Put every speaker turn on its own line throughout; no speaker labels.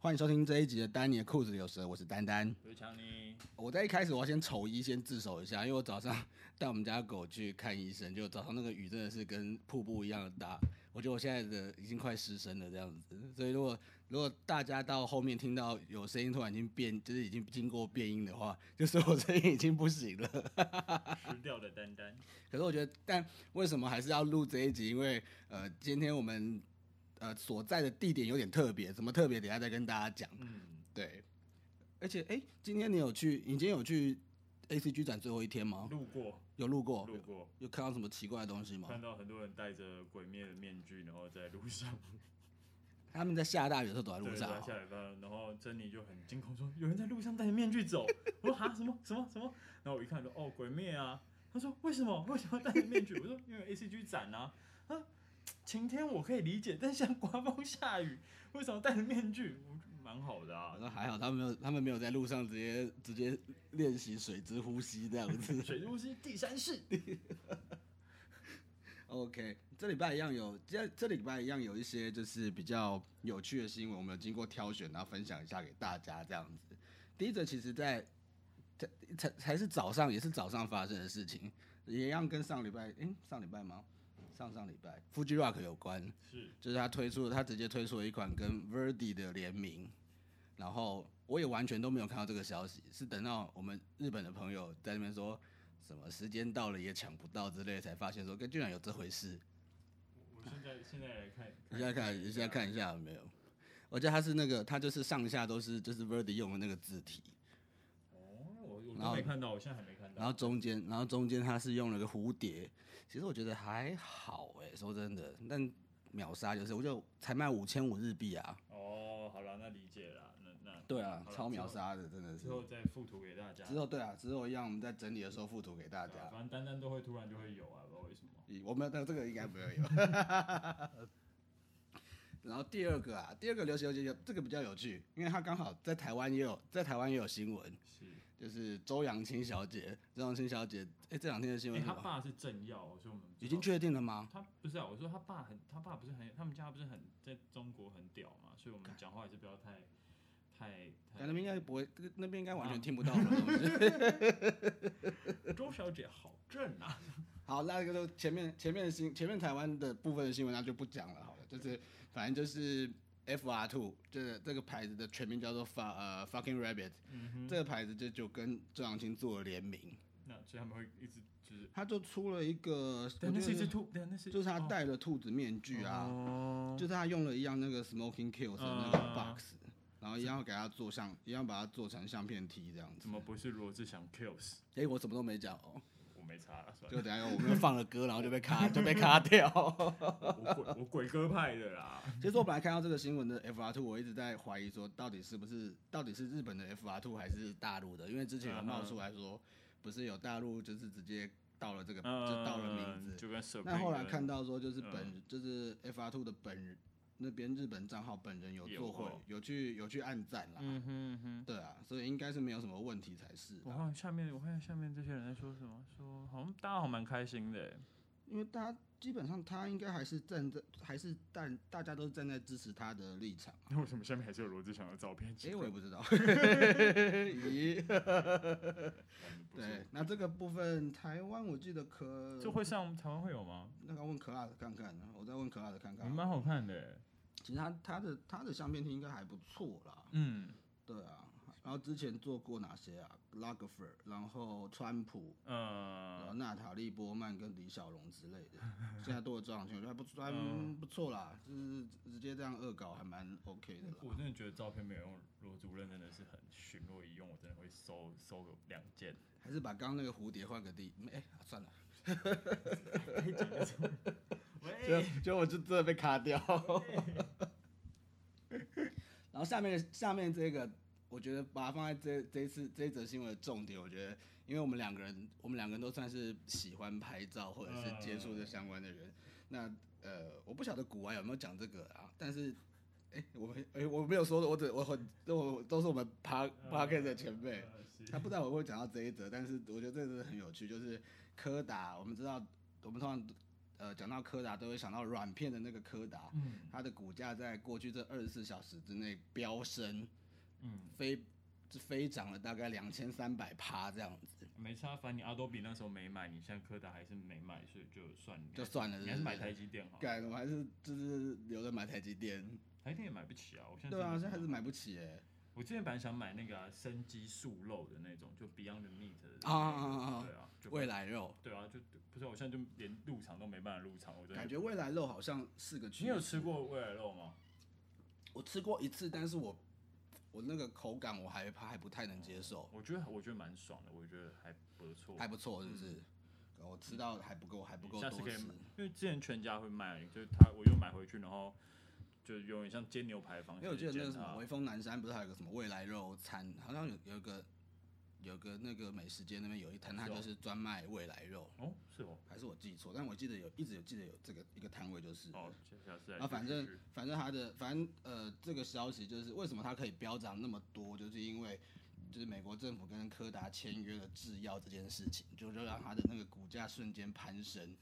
欢迎收听这一集的《丹尼的裤子里有蛇》，我是丹丹。
我是强尼，
我在一开始我要先丑一先自首一下，因为我早上带我们家狗去看医生，就早上那个雨真的是跟瀑布一样的大，我觉得我现在的已经快失声了这样子。所以如果如果大家到后面听到有声音突然已经变，就是已经经过变音的话，就是我声音已经不行了。
失掉的丹丹，
可是我觉得，但为什么还是要录这一集？因为呃，今天我们呃所在的地点有点特别，怎么特别？等一下再跟大家讲。
嗯，
对，而且哎、诶今天你有去？你今天有去 A C G 展最后一天吗？
路过，
哦有哦路过？
路过，
有看到什么奇怪的东西吗
看？到很多人戴着鬼灭的面具，然后在路 上，
他们在下大雨的时候走在路
对，
上
在
哦、
下来班，然后珍妮就很惊恐说：“有人在路上戴着面具走。”我说：“哈， 什么什么什么？”然后我一看说：“哦，鬼灭啊。”他说：“为什么为什么要戴着面具？”我说：“因为 A C G 展啊。”啊，晴天我可以理解，但像刮风下雨，为什么戴着面具？我就蛮好的
好
啊，
像还好，他们没有，他们没有在路上直接直接练习水之呼吸这样子。
水之呼吸第 三式，
OK，这礼拜一样有，这这礼拜一样有一些就是比较有趣的新闻，我们有经过挑选，然后分享一下给大家这样子。第一则其实在才才才是早上，也是早上发生的事情，也一样跟上礼拜，诶、上礼拜吗？上上礼拜，Fuji Rock 有关，
是
就是他推出，他直接推出了一款跟 Verdi 的联名，然后我也完全都没有看到这个消息，是等到我们日本的朋友在那边说什么时间到了也抢不到之类，才发现说，跟居然有这回事。
我现在现在来看，
你现在看，你现在看一下有没有？我记得它是那个，它就是上下都是就是 Verdi 用的那个字体，
哦，我我
然后
都没看到，我现在还没看
然
到。
后中间，然后中间它是用了个蝴蝶，其实我觉得还好哎、说真的，但秒杀就是，我就才卖五千五日币啊，
哦，好了，那理解了，那那
对啊
好，了
超秒杀的，真的是
之。后再附图给大家。
之后对啊，之后一样我们在整理的时候附图给大
对啊
家。
反正丹丹都会突然就会有啊，不知道为什么。
咦我们的这个应该不会有。 然后第二个啊，第二个流行有这个比较有趣，因为它刚好在台湾也有，在台湾也有新闻，
是，
就是周扬青小姐，周扬青小姐，哎、这两天的新
因
闻
为
是什
他
么、
爸是政要，我说我们不知道
已经。确定了吗？
他不是啊，我说他爸很，他爸不是很，他们家不是很在中国很屌嘛，所以我们讲话也是不要太太
那边应
太。
该不会，那边应该完全听不到我的东西。
周小姐好正啊！
好，那个就前面前面的新前面台湾的部分的新闻，那就不讲了，好了，就是反正就是 FR Two，这这个牌子的全名叫做 f 呃 Fucking Rabbit，、这
嗯
个牌子就就跟周扬青做了联名，
那所以他们会一直就是，
他就出了一个，我觉
对，那
得
是一只兔，对，那是
就是他戴了兔子面具啊，
哦
就是他用了一样那个 Smoking Kills 的那
嗯嗯嗯
个 box，、然后一样给他做像一样把它做成相片 T 这样子
怎。么不是罗志祥 kills？
哎、我什么都没讲哦，
我没查了，算了
就等一下我们放了歌，然后就被卡就被卡掉。
我鬼我鬼哥派的啦。
其实我本来看到这个新闻的 FR Two，我一直在怀疑说，到底是不是到底是日本的 FR Two 还是大陆的？因为之前有冒出来说，不是有大陆就是直接到了这个，
嗯，
就到了名字。
就跟嗯 Sabrina
那后来看到说，就是本、就是 FR Two 的本人那边日本账号本人有做会
有哦，
有去有去按赞啦。
嗯哼嗯哼，
对啊，所以应该是没有什么问题才是
我
啦，
看下面，我看下面这些人在说什么，说好像大家好像蛮开心的欸，
因为大家基本上他应该还是站在还是但大家都是站在支持他的立场。
那为什么下面还是有罗志祥的照片？
哎、我也不 知道。咦？对，那这个部分台湾我记得可
这会上台湾会有吗？
那个问可爱的看看，我再问可爱的看看。
蛮好看的欸，
其实他他的他的相片厅应该还不错啦，
嗯
对啊。然后之前做过哪些啊？拉格菲尔，然后川普，然后
呃，
娜塔莉波曼跟李小龙之类的，现在多了这两天，我觉得还不错，还不错啦，就是直接这样恶搞还蛮 OK 的啦。
我真的觉得照片没有用，罗主任真的是很巡逻一用，我真的会收收个两件。
还是把刚刚那个蝴蝶换个地，哎、算了，
喂，
就我就真的被卡掉。 然后下面下面这个，我觉得把它放在这这一次这一则新闻的重点，我觉得，因为我们两个人，我们两个人都算是喜欢拍照或者是接触这相关的人。那呃，我不晓得古玩有没有讲这个啊，但是。哎、我们哎、我没有说，我只我很，我都是我们 p p
八
克的前辈，
是
他不知道我会讲到这一则，但是我觉得这个很有趣，就是柯达，我们知道我们通常呃讲到柯达都会想到软片的那个柯达，
嗯
它的股价在过去这二十四小时之内飙升，
嗯，
飞飞涨了大概两千三百趴这样子，
没差，反正你阿多比那时候没买，你现在柯达还是没买，所以就算你
就算了
你还是买
对
台积电好了，
改了，我还是就是留着买台积电。
台积电也买不起啊，我现在
对啊，
真
现
的
在还是买不起哎、
我之前本来想买那个、啊、生鸡素肉的那种，就 Beyond Meat 的那
啊
个
啊啊啊
对啊，就
未来肉，
对啊，就不是我现在就连入场都没办法入场，我真的
感觉未来肉好像是个趋势。
你有吃过未来肉吗？
我吃过一次，但是我我那个口感我还还不太能接受，
我觉得我觉得蛮爽的，我觉得还不错。嗯
还不错，是不是？我吃到还不够，还不够
下次
多
可以
吃
买。，因为之前全家会卖，就是他我又买回去，然后就有点像煎牛排的方
因
式
为我记得那个
煎
什么
它。
威风南山不是还有个什么未来肉餐，好像有有一个有个那个美食街那边有一摊，它
是哦
就是专卖未来肉，
哦，是哦，
还是我记错？但我记得有一直有记得有这个一个摊位就是。
哦，下次来
啊，反
继续
正反正它的反正呃，这个消息就是为什么它可以飙涨那么多，就是因为就是美国政府跟柯达签约了制药这件事情，就就让它的那个股价瞬间攀升，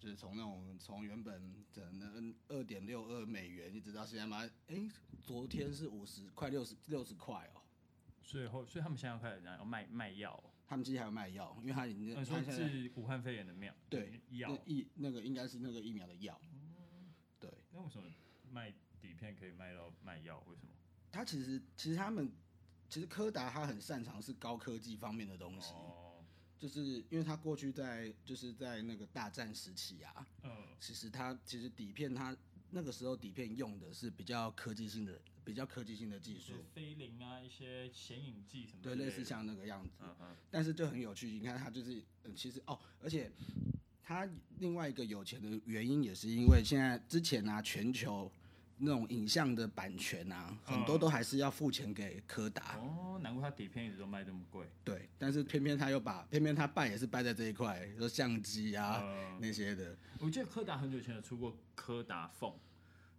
就是从那种从原本可能二点六二美元一直到现在嘛，哎、昨天是五十快六十六十块哦，
所以后所以他们现在要开始然后卖卖药哦，
他们其实还有卖药，因为它已经
你
它
呃说
现在
治武汉肺炎的妙
对
药
那，疫那个应该是那个疫苗的药，对。
那为什么卖底片可以卖到卖药？为什么？
他其实其实他们其实柯达他很擅长是高科技方面的东西，
哦，
就是因为他过去在就是在那个大战时期啊，
嗯，
其实他其实底片他那个时候底片用的是比较科技性的比较科技性的技
一
术
些，飞灵啊，一些显影剂什么之
对，
类的，
类似像那个样子，
嗯嗯，
但是就很有趣。你看他就是嗯，其实哦，而且。他另外一个有钱的原因，也是因为现在之前啊，全球那种影像的版权啊，很多
嗯
都还是要付钱给柯达。
哦，难怪它底片一直都卖这么贵
对，但是偏偏他又把偏偏他败也是败在这一块，比如说相机啊、
嗯
那些的。
我记得柯达很久以前有出过柯达凤，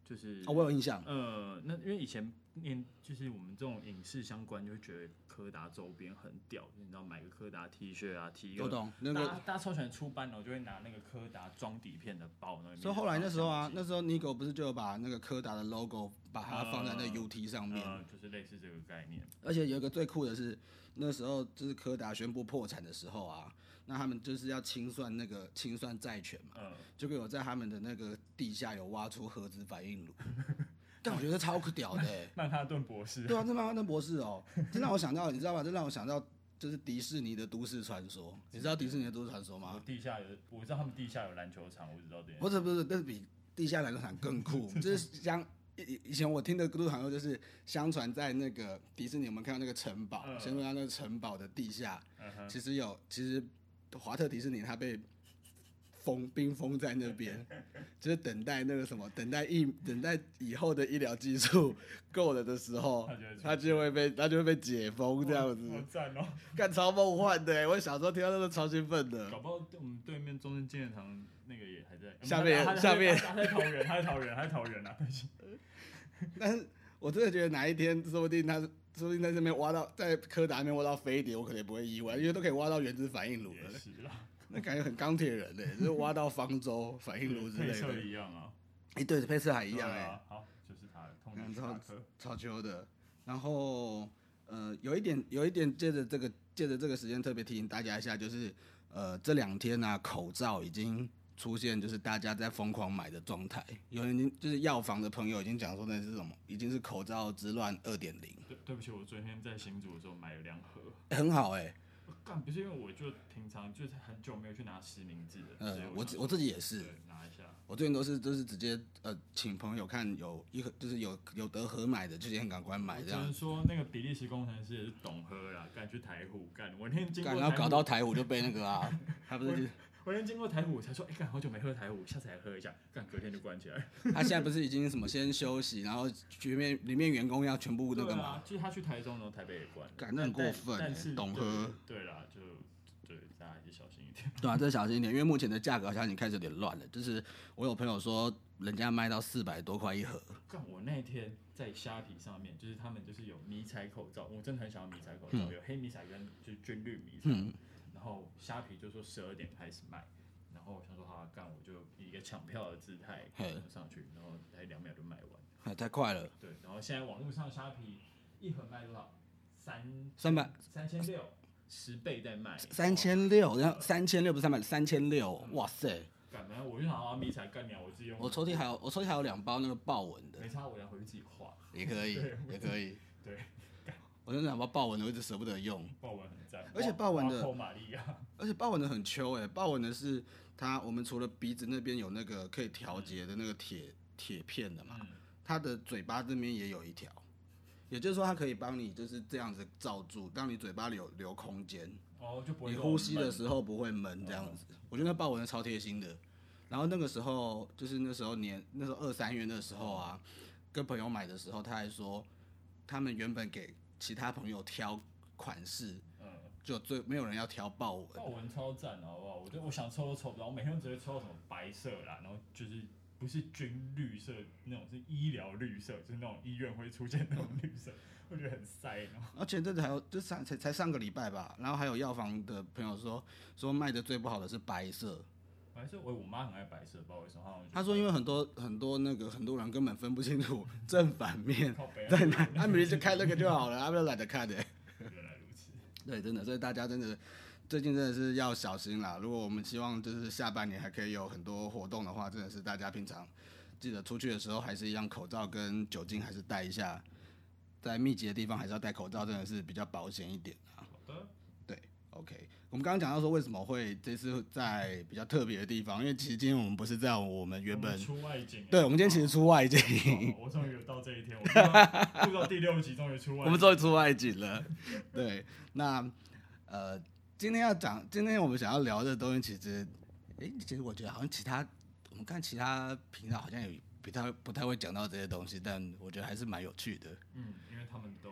就是
哦，我有印象，
呃，那因为以前念就是我们这种影视相关，就会觉得柯达周边很屌，你知道买个柯达 T 恤啊，提一
我
个。
懂那
大
个
家。大家超喜欢出班，然后就会拿那个柯达装底片的包，然后里面
所以后来那时候啊
放，
那
相机
时候 Nigo 不是就有把那个柯达的 logo 把它放在那个
嗯
UT 上面，
呃，就是类似这个概念。
而且有一个最酷的是，那时候就是柯达宣布破产的时候啊，那他们就是要清算那个清算债权嘛，
呃，
结果有在他们的那个地下有挖出核子反 应炉，但我觉得超可屌的、欸。
曼哈顿博士，
对啊，这曼哈顿博士哦，这让我想到，你知道吧？这让我想到就是迪士尼的都市传说，你知道迪士尼的都市传说
我
吗？
地下有，我知道他们地下有篮球场，我知道这件事。
不是不是，但是比地下篮球场更酷，就是像。以以前我听的都市传说就是，相传在那个迪士尼，我们看到那个城堡，
嗯
先说到那个城堡的地下，
嗯哼，
其实有，其实华特迪士尼它被封冰封在那边，就是等待那个什么，等待疫，等待以后的医疗技术够了的时候
它
它就
就会，
会被它就会被解封这样
好
子，
赞哦！
干超梦幻的欸！我小时候听到那个超兴奋的
搞，不好我们对面中正纪念堂那个也还在，嗯
下面
他在
下面
他在桃园，他在桃园，他在桃 园啊！
但是我真的觉得哪一天，说不定他说不定在这边挖到，在柯达那边挖到飞碟，我可能也不会意外，因为都可以挖到原子反应炉
也
了，
是啦，
那感觉很钢铁人的，就是挖到方舟反应哎炉之
配
类
色
的。
一样啊，
哎，对，配色还一样
对
哎、
啊。好，就是他了，痛
嗯
定
之
思
后
达克。
超秋的。然后呃，有一点有一点借着这个借着这个时间特别提醒大家一下，就是呃这两天呢、口罩已经出现就是大家在疯狂买的状态，有人已经就是药房的朋友已经讲说那是什么，已经是口罩之乱二点零，
对，对不起，我昨天在新竹的时候买了两盒，
很好哎、
我干不是因为我就平常就是很久没有去拿实名制了，所以
呃，我
就
自我自己也是，
对拿一下。
我最近都是都是直接呃请朋友看有一盒就是有有得合买的，就先赶快买
我
这
只
样
能。说那个比利时工程师也是懂喝啦，干去台虎干，我那天经过
干，
台
然后搞
虎
到台我就被那个 啊，他不是
我那天经过台虎，我才说，哎、干，好久没喝台虎，下次来喝一下。干，隔天就关起来。
他现在不是已经什么先休息，然后局面里面员工要全部那
对
个
啊
嘛？，
就是他去台中，然后台北也关了。
干那很
但
过分
但
欸
是
懂喝
对。对啦，就对，大家还是小心一点。
对啊，这小心一点，因为目前的价格好像已经开始有点乱了。就是我有朋友说，人家卖到四百多块一盒，
干，我那天在虾皮上面，就是他们就是有迷彩口罩，我真的很想要迷彩口罩，有黑迷彩跟就是军绿迷彩。
嗯
然后虾皮就说十二点开始卖，然然后我想说好、啊、干，我就以一个抢票的姿态
嘿
上去，然后才两秒就卖完。
哎太快了，
对，然后现在网络上虾皮一盒卖多少？三
三百
三千六，十倍在卖，
三千六，然后三千六不是三百，三千六，哇塞！
哦干，然后我就想要迷彩干掉我自己用。
我抽屉还有我抽屉还有两包那个豹纹的
没，差，我要回去自己画。
也可以， 也可以。
对，
我那两包豹纹的我一直舍不得用，
豹纹很赞，
而且豹纹的
哇扣啊玛利亚，
而且豹纹的很秋哎、豹纹的是它，我们除了鼻子那边有那个可以调节的那个铁铁片的嘛，
嗯，
它的嘴巴这边也有一条，也就是说它可以帮你就是这样子罩住，让你嘴巴留留空间，
哦就不会
你
说
呼吸
闷嗯
的时候不会闷这样子。我觉得那豹纹的超贴心的。然后那个时候就是那时候年那时候二三月的时候啊，跟朋友买的时候，他还说他们原本给其他朋友挑款式，
嗯。
就最没有人要挑豹纹。
豹纹超赞的，好不好？我就我想抽都抽不到，我每天都只会抽到什么白色啦，然后就是不是军绿色那种，是医疗绿色，就是那种医院会出现那种绿色，我觉得很塞。然后
而且这还有，就上才才上个礼拜吧，然后还有药房的朋友说说卖的最不好的是白色，
白色，我我妈很爱白色，不知道为什么。她好像
他说因为很多很多那个很多人根本分不清楚 正反面
靠北啊
在哪，他们就看那个就好了，他们就懒得看的、
原来如此，
对，真的，所以大家真的最近真的是要小心啦。如果我们希望就是下半年还可以有很多活动的话，真的是大家平常记得出去的时候还是一样，口罩跟酒精还是戴一下，在密集的地方还是要戴口罩，真的是比较保险一点啊。
好的，
OK，我们刚刚讲到说为什么会这次在比较特别的地方，因为其实今天我们不是在我们原
我们
本，
出外景，
对，我们今天其实出外景，
哇，我终于有到这一天，我们录到第六集，终于出外景，
我们终于出外景了。 对，那呃，今天要讲，今天我们想要聊的东西，其实，诶，其实我觉得好像其他我们看其他频道好像有不太不太会讲到这些东西，但我觉得还是蛮有趣的。
嗯，因为他们都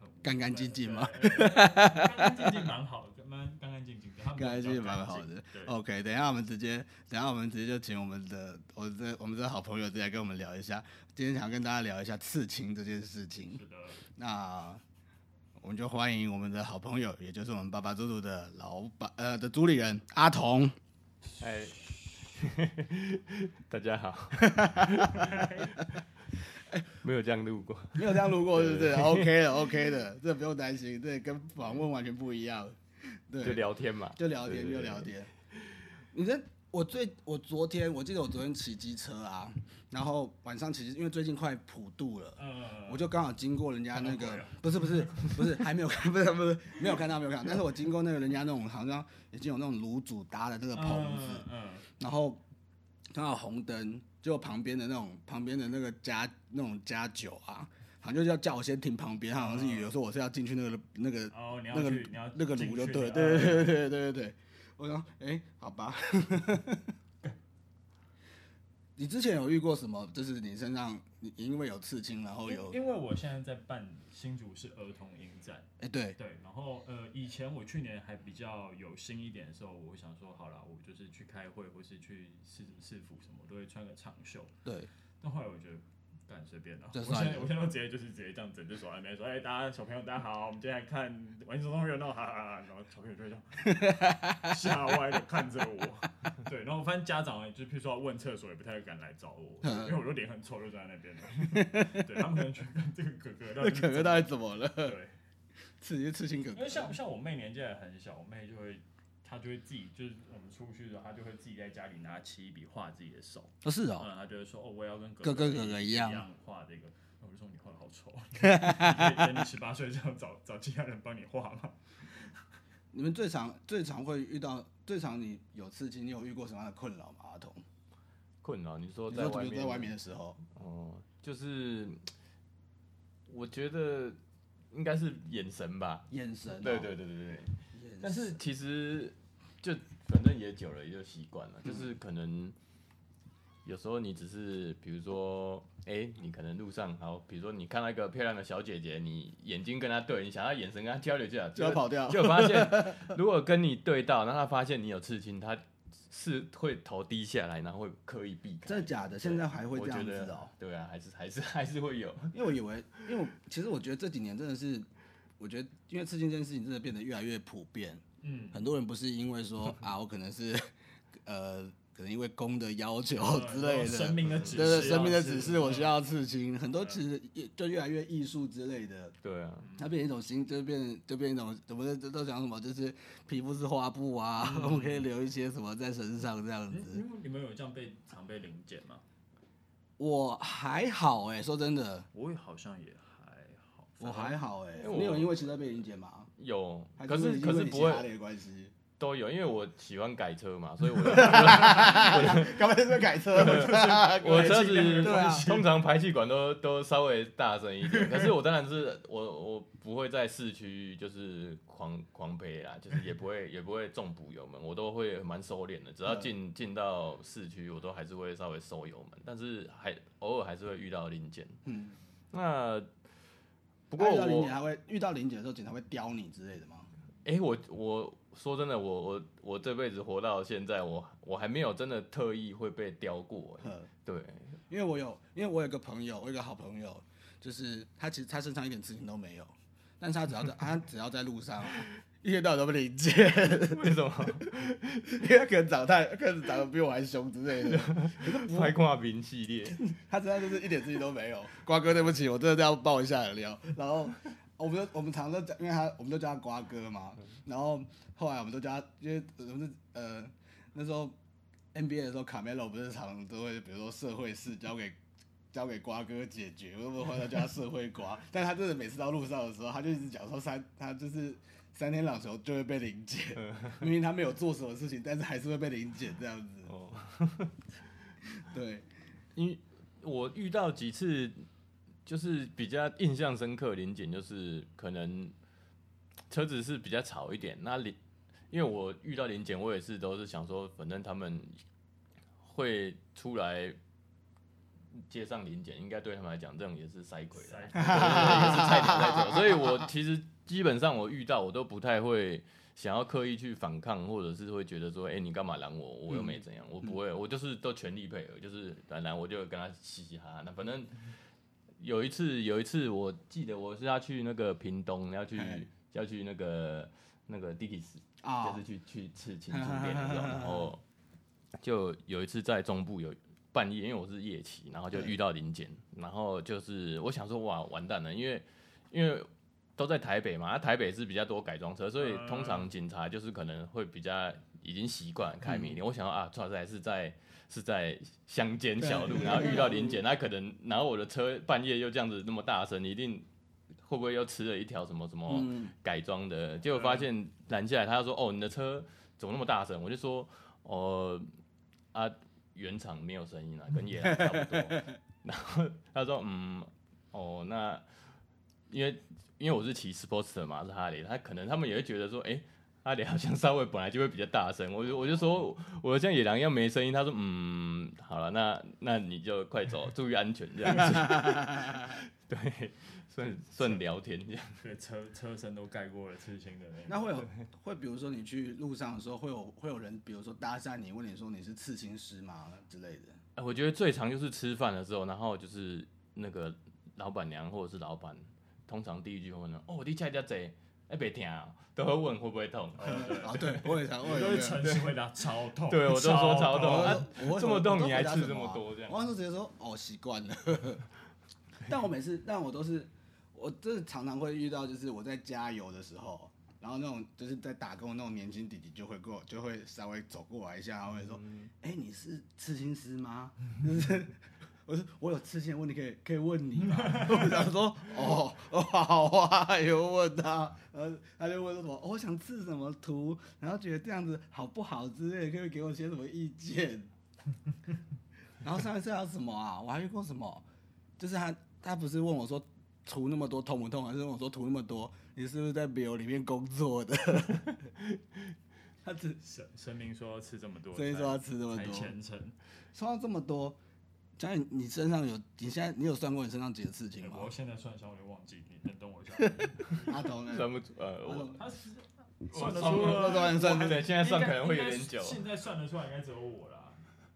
很无
干干净净嘛
对对对干干净净蛮好的，蛮干干净净的，他们
刚才
比较
是蛮
干
好
净
的
对。
OK，等一下我们直接，等一下我们直接就请我们的我的我们的好朋友直接跟我们聊一下，今天想跟大家聊一下刺青这件事情。
是的，
那我们就欢迎我们的好朋友，也就是我们爸爸猪猪的老板呃的主理人阿童。
哎，大家 好。没有这样录过，
没有这样路过，是不是？OK 的，OK 的，这不用担心，这跟访问完全不一样。对，
就聊天嘛，
就聊
对
天，
对
就
对
聊天。你这我最我昨天我记得我昨天骑机车啊，然后晚上骑机，因为最近快普渡了。
呃，
我就刚好经过人家那
看到鬼
个
了，
不是不是不是，还没有看，不是不是没有看到没有看到，但是我经过那个人家那种好像已经有那种卤煮搭的那个棚子，
嗯，嗯
然后刚好红灯，就旁边的那种旁边的那个加那种加酒啊，好像就要叫我先停旁边，他好像是以为说我是要进去那个那个
哦，你要
那个
去，你要
那个
进
炉就
去
对
了
对
嗯
对对对对对，我想哎、好吧。 你之前有遇过什么？就是你身上你因为有刺青，然后
因
有
因为我现在在办新竹市儿童影展，
哎、对，
对，然后呃，以前我去年还比较有心一点的时候，我会想说，好啦，我就是去开会或是去市市府什么，我都会穿个长袖。
对，
但后来我觉得。干随便了，
就
我
算
现在
了
我现在都直接就是直接这样 整只手在那边说，哎、大家小朋友大家好，我们今天来看《玩具总动员》哦，哈哈哈，然后小朋友就会这样吓歪的看着我，对，然后我发现家长就譬如说要问厕所也不太敢来找 我，
嗯
因为我就脸很臭，就站在那边了， 对他们可能觉得这个哥哥到
那
啊底是
可可
怎
到底怎么
么
了？
对，
刺激刺青可
因
可
为，像像我妹年纪也很小，我妹就会，她就会自己，就是我们出去的时候，她就会自己在家里拿起一笔画自己的手，
不是
然
哦，
后她就会说，哦，我也要跟
哥
哥
哥哥哥一
一
样
画这个。那我就说你画的好丑， 你可以等你十八岁这样找找其他人帮你画吗？
你们最常最常会遇到最常你有刺青，你有遇过什么样的困扰吗？阿童，
困扰。你说
你
在
说比
外
如
面，
在外面的时候，
哦、就是我觉得应该是眼神吧。
眼神、哦
对对，对对对。
眼神
但是其实就反正也久了，也就习惯了。
嗯
就是可能有时候你只是比如说，哎、你可能路上好，比如说你看到一个漂亮的小姐姐，你眼睛跟她对，你想要眼神跟她交流一下，
就要跑掉，
就发现如果跟你对到，然后她发现你有刺青，她是会头低下来，然后会刻意避开。
真的假的？现在还会这样子
我觉
哦、
得对啊，还是 还是还是会有。
因为我以为，因为我其实我觉得这几年真的是，我觉得因为刺青这件事情真的变得越来越普遍，
嗯，
很多人不是因为说啊，我可能是呃，可能因为公的要求哦之
呃然
类
后哦生
的，
命的指示
对
要
对，
是，
生命的指示我需
嗯。
要刺青，很多其实也就越来越艺术之类的，
对啊，
它变成一种新，就变成就变成一种，怎么都都讲什么，就是皮肤是花布啊，我们可以留一些什么在身上这样
你
子。
你嗯们你们有这样被常被临检吗？
我还好哎、说真的，
我也好像也还好，
我还好哎、
因为我
你有因为期待被理解吗？
有，
还
可
因
是
为
可
因
是
为你
不
其他
会
的关系，
都有，因为我喜欢改车嘛，所以我的
干嘛在这改车？
我的车
对啊
子通常排气管都 都稍微大声一点，可是我当然是我我不会在市区就是狂狂飙啦，就是也不会也不会重补油门，我都会蛮收敛的。只
嗯
要进进到市区，我都还是会稍微收油门，但是还偶尔还是会遇到零件。
嗯，
那
不
不过
遇到林
我
姐还会遇到林姐的时候，警察会刁你之类的吗？
哎、我我说真的，我我我这辈子活到现在，我我还没有真的特意会被雕过、欸。
呵
对，
因为我有，因为我有个朋友，我有个好朋友，就是他其实他身上一点事情都没有，但是他只 要在他只要在路上，一天到晚都被领戒，
为什么
因为他可能长得太，可能长得比我还凶之类的。
拍挂名系列？
他真的就是一点事情都没有。 瓜哥，对不起，我真的要爆一下料。然后我们就我们常常讲，因为他我们都叫他瓜哥嘛。然后后来我们都叫他，因为我们是呃那时候 NBA 的时候，卡梅罗不是常都会，比如说社会事交给。交给瓜哥解决，我们后来叫他社会瓜， 但他真的每次到路上的时候，他就一直讲说三，他就是三天两头就会被临 检，明明他没有做什么事情，但是还是会被临检这样子。
哦，
对，
因为我遇到几次就是比较印象深刻的零检，就是可能车子是比较吵一点。那零，因为我遇到零检，我也是都是想说，反正他们会出来街上零检，应该对他们来讲，这种也是塞鬼啦。也是菜鸟在走，所以我其实基本上我遇到我都不太会想要刻意去反抗，或者是会觉得说，哎、你干嘛拦我？我又没怎样，我不会，我就是都全力配合，就是本来我就跟他嘻嘻哈哈。那反正有一次，有一次我记得我是要去那个屏东，要去
嘿
要去那个那个 Dickies，
啊、
就是去去吃 庆祝店那种，然后就有一次在中部有半夜，因为我是夜骑，然后就
对
遇到林检，然后就是我想说哇完蛋了，因为因为都在台北嘛，啊台北是比较多改装车，所
嗯
以通常警察就是可能会比较已经习惯开明
嗯
一点。我想说啊，算还是在是在乡间小路，
对
然后遇 到林检，那可能然后我的车半夜又这样子那么大声，一定会不会又吃了一条什么什么？
嗯，
改装的，结果发现拦下来，他就说：“哦，你的车怎么那么大声？”我就说：“哦、啊，原厂没有声音啊，跟野狼差不多。”然后他说：“嗯，哦，那因为因为我是骑 Sportster 嘛，是哈雷，他可能他们也会觉得说，哎、哈雷好像稍微本来就会比较大声。”我就我就说我像野狼一样没声音。他说：“嗯，好了，那那你就快走，注意安全这样子。”对，算算聊天这样。
对车车身都盖过了刺青的那
那会有会，比如说你去路上的时候，会有会有人，比如说搭讪你，问你说你是刺青师吗之类的。
呃我觉得最常就是吃饭的时候，然后就是那个老板娘或者是老板，通常第一句会问哦，你吃家贼，哎别听啊，都会问会不会痛。
啊，对，我也常，我
我都
也
会
常。
诚实回答超痛，
对我都说超
我
痛啊
我会
这么
我都
动你还
回答
吃
什
这么
啊
多这样
我那时候直接说哦，习惯 了。但我每次，但我都是，我真的常常会遇到，就是我在加油的时候，然后那种就是在打工的那种年轻弟弟就会过，就会稍微走过来一下，然后会说，
嗯
哎、你是刺青师吗？就是。我说我有刺青的问题可以可以问你吗？ 我想说哦哦好啊，有问他，然后他就问说什么、哦我想刺什么图，然后觉得这样子好不好之类的，可不可以给我些什么意见？然后上一次还有什么啊？我还遇过什么？就是他他不是问我说涂那么多痛不痛，啊还是问我说涂那么多，你是不是在旅游里面工作的？他只
神神明说要吃这么多，
所以说他吃这么
才
多，
虔诚。
说到这么多，佳颖，你身上有你现在你有算过你身上几个刺青
哎
吗
我？现在算一下，我就忘记，你等等我一下。
阿童呢？
算不出呃，我
他是
我
算得
哦算
出
不
出来
来，
算
我还
对现在算可能会有
应该
点久
应该现在算得出来应该只有我啦。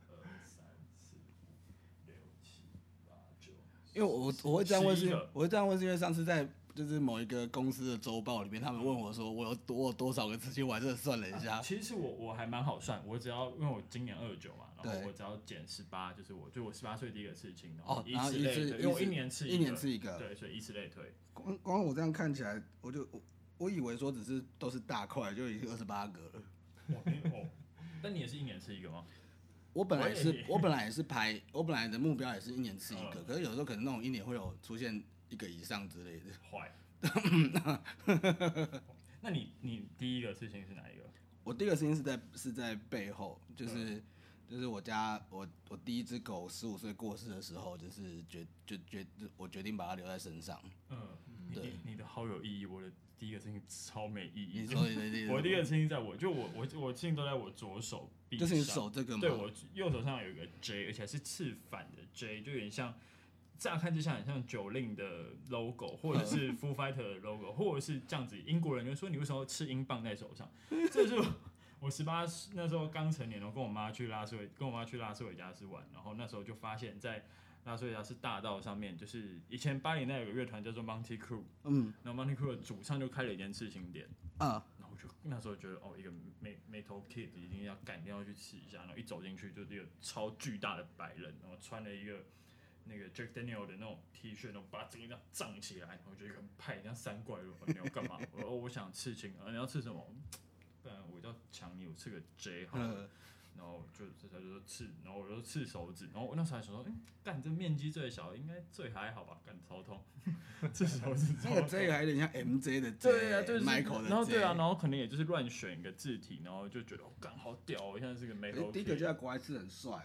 二三四五六七八九，
因为我我会这样问是，
11
因为
个
我会这样问是因为上次在就是某一个公司的周报里面，他们问我说我有多我有多少个刺青，我还是啊算了一下，
其实我我还蛮好算，我只要因为我今年二九嘛，然后
对
我只要减十八，就是我就我十八岁第一个刺青，
哦
以
然后
此
依
类
次
推，
依
因为我
次
一年刺
一
个
年刺一个。
对，所以以此类推。
光光我这样看起来，我就我我以为说只是都是大块，就已经二十八个了。
哇，你哦，但你也是一年吃一个吗？
我本来也
我也
是，我本来也是排，我本来的目标也是一年吃一个，
嗯
可是有时候可能那种一年会有出现一个以上之类的。
坏。那你你第一个事情是哪一个？
我第一个事情是在是在背后，
嗯
就是、就是我家我我第一只狗十五岁过世的时候，就是决就决我决定把它留在身上。
嗯，你
对
你你的好有意义，我的第一个事情超没意
你
义。
说你的 第一
我第一个事情在我就我我我事情都在我左手臂
就是你
上
手这个吗？
对我右手上有一个 J，而且是刺反的 J，就有点像，乍看之下很像九令的 logo，或者是 Foo Fighter 的 logo，或者是这样子。英国人就说你为什么要吃英镑在手上？这是我我十八那时候刚成年，然后跟我妈去拉斯维，跟我妈去拉斯维加斯玩，然后那时候就发现，在拉斯维加斯大道上面，就是以前巴黎那有个乐团叫做 Monty Crew，
嗯
然后 Monty Crew 的主唱就开了一间刺青店。
啊
然后我就那时候觉得哦，一个没没头 kid 一定要干，一定要去吃一下。然后一走进去就是一个超巨大的白人，然后穿了一个那个 Jack Daniel 的那种 T 恤，然后把整个这样胀起来，然后就一个很派，像三怪人。你要干嘛？我说哦我想刺青，啊，你要刺什么？不然我要抢你，我刺个 J 好了。
呃
然后就这他就说刺，然后我就刺手指，然后我那时候还想说，嗯，干这面积最小，应该最还好吧，干超痛， 刺手指超
那
痛
个 J 还有点像 MJ 的 J，
哎对啊，就是
Michael 的 J。
然后对啊，然后可能也就是乱选一个字体，然后就觉得哦，干好屌、哦，现在是个没
可是
头。
第一个就在国外是很帅、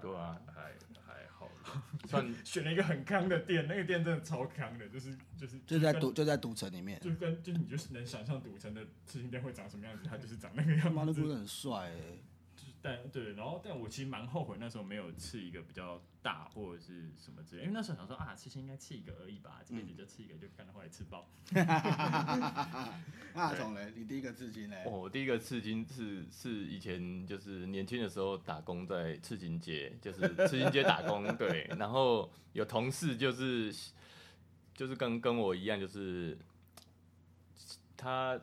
对啊，
还还好啦，
算
选了一个很康的店，那个店真的超康的，就是就是
就在
跟
赌就在赌城里面，
就跟就你就是能想象赌城的刺青店会长什么样子，它就是长那个样
妈的，
子。
真的很帅、欸。
就是但对，然后但我其实蛮后悔那时候没有刺一个比较大或者是什么之类，因为那时候想说啊，刺青应该刺一个而已吧，这辈子就刺一个就干，后来刺爆。
那种啊嘞，你第一个刺青嘞
哦，？我第一个刺青是是以前就是年轻的时候打工在刺青街，就是刺青街打工， 对。然后有同事就是就是跟跟我一样，就是他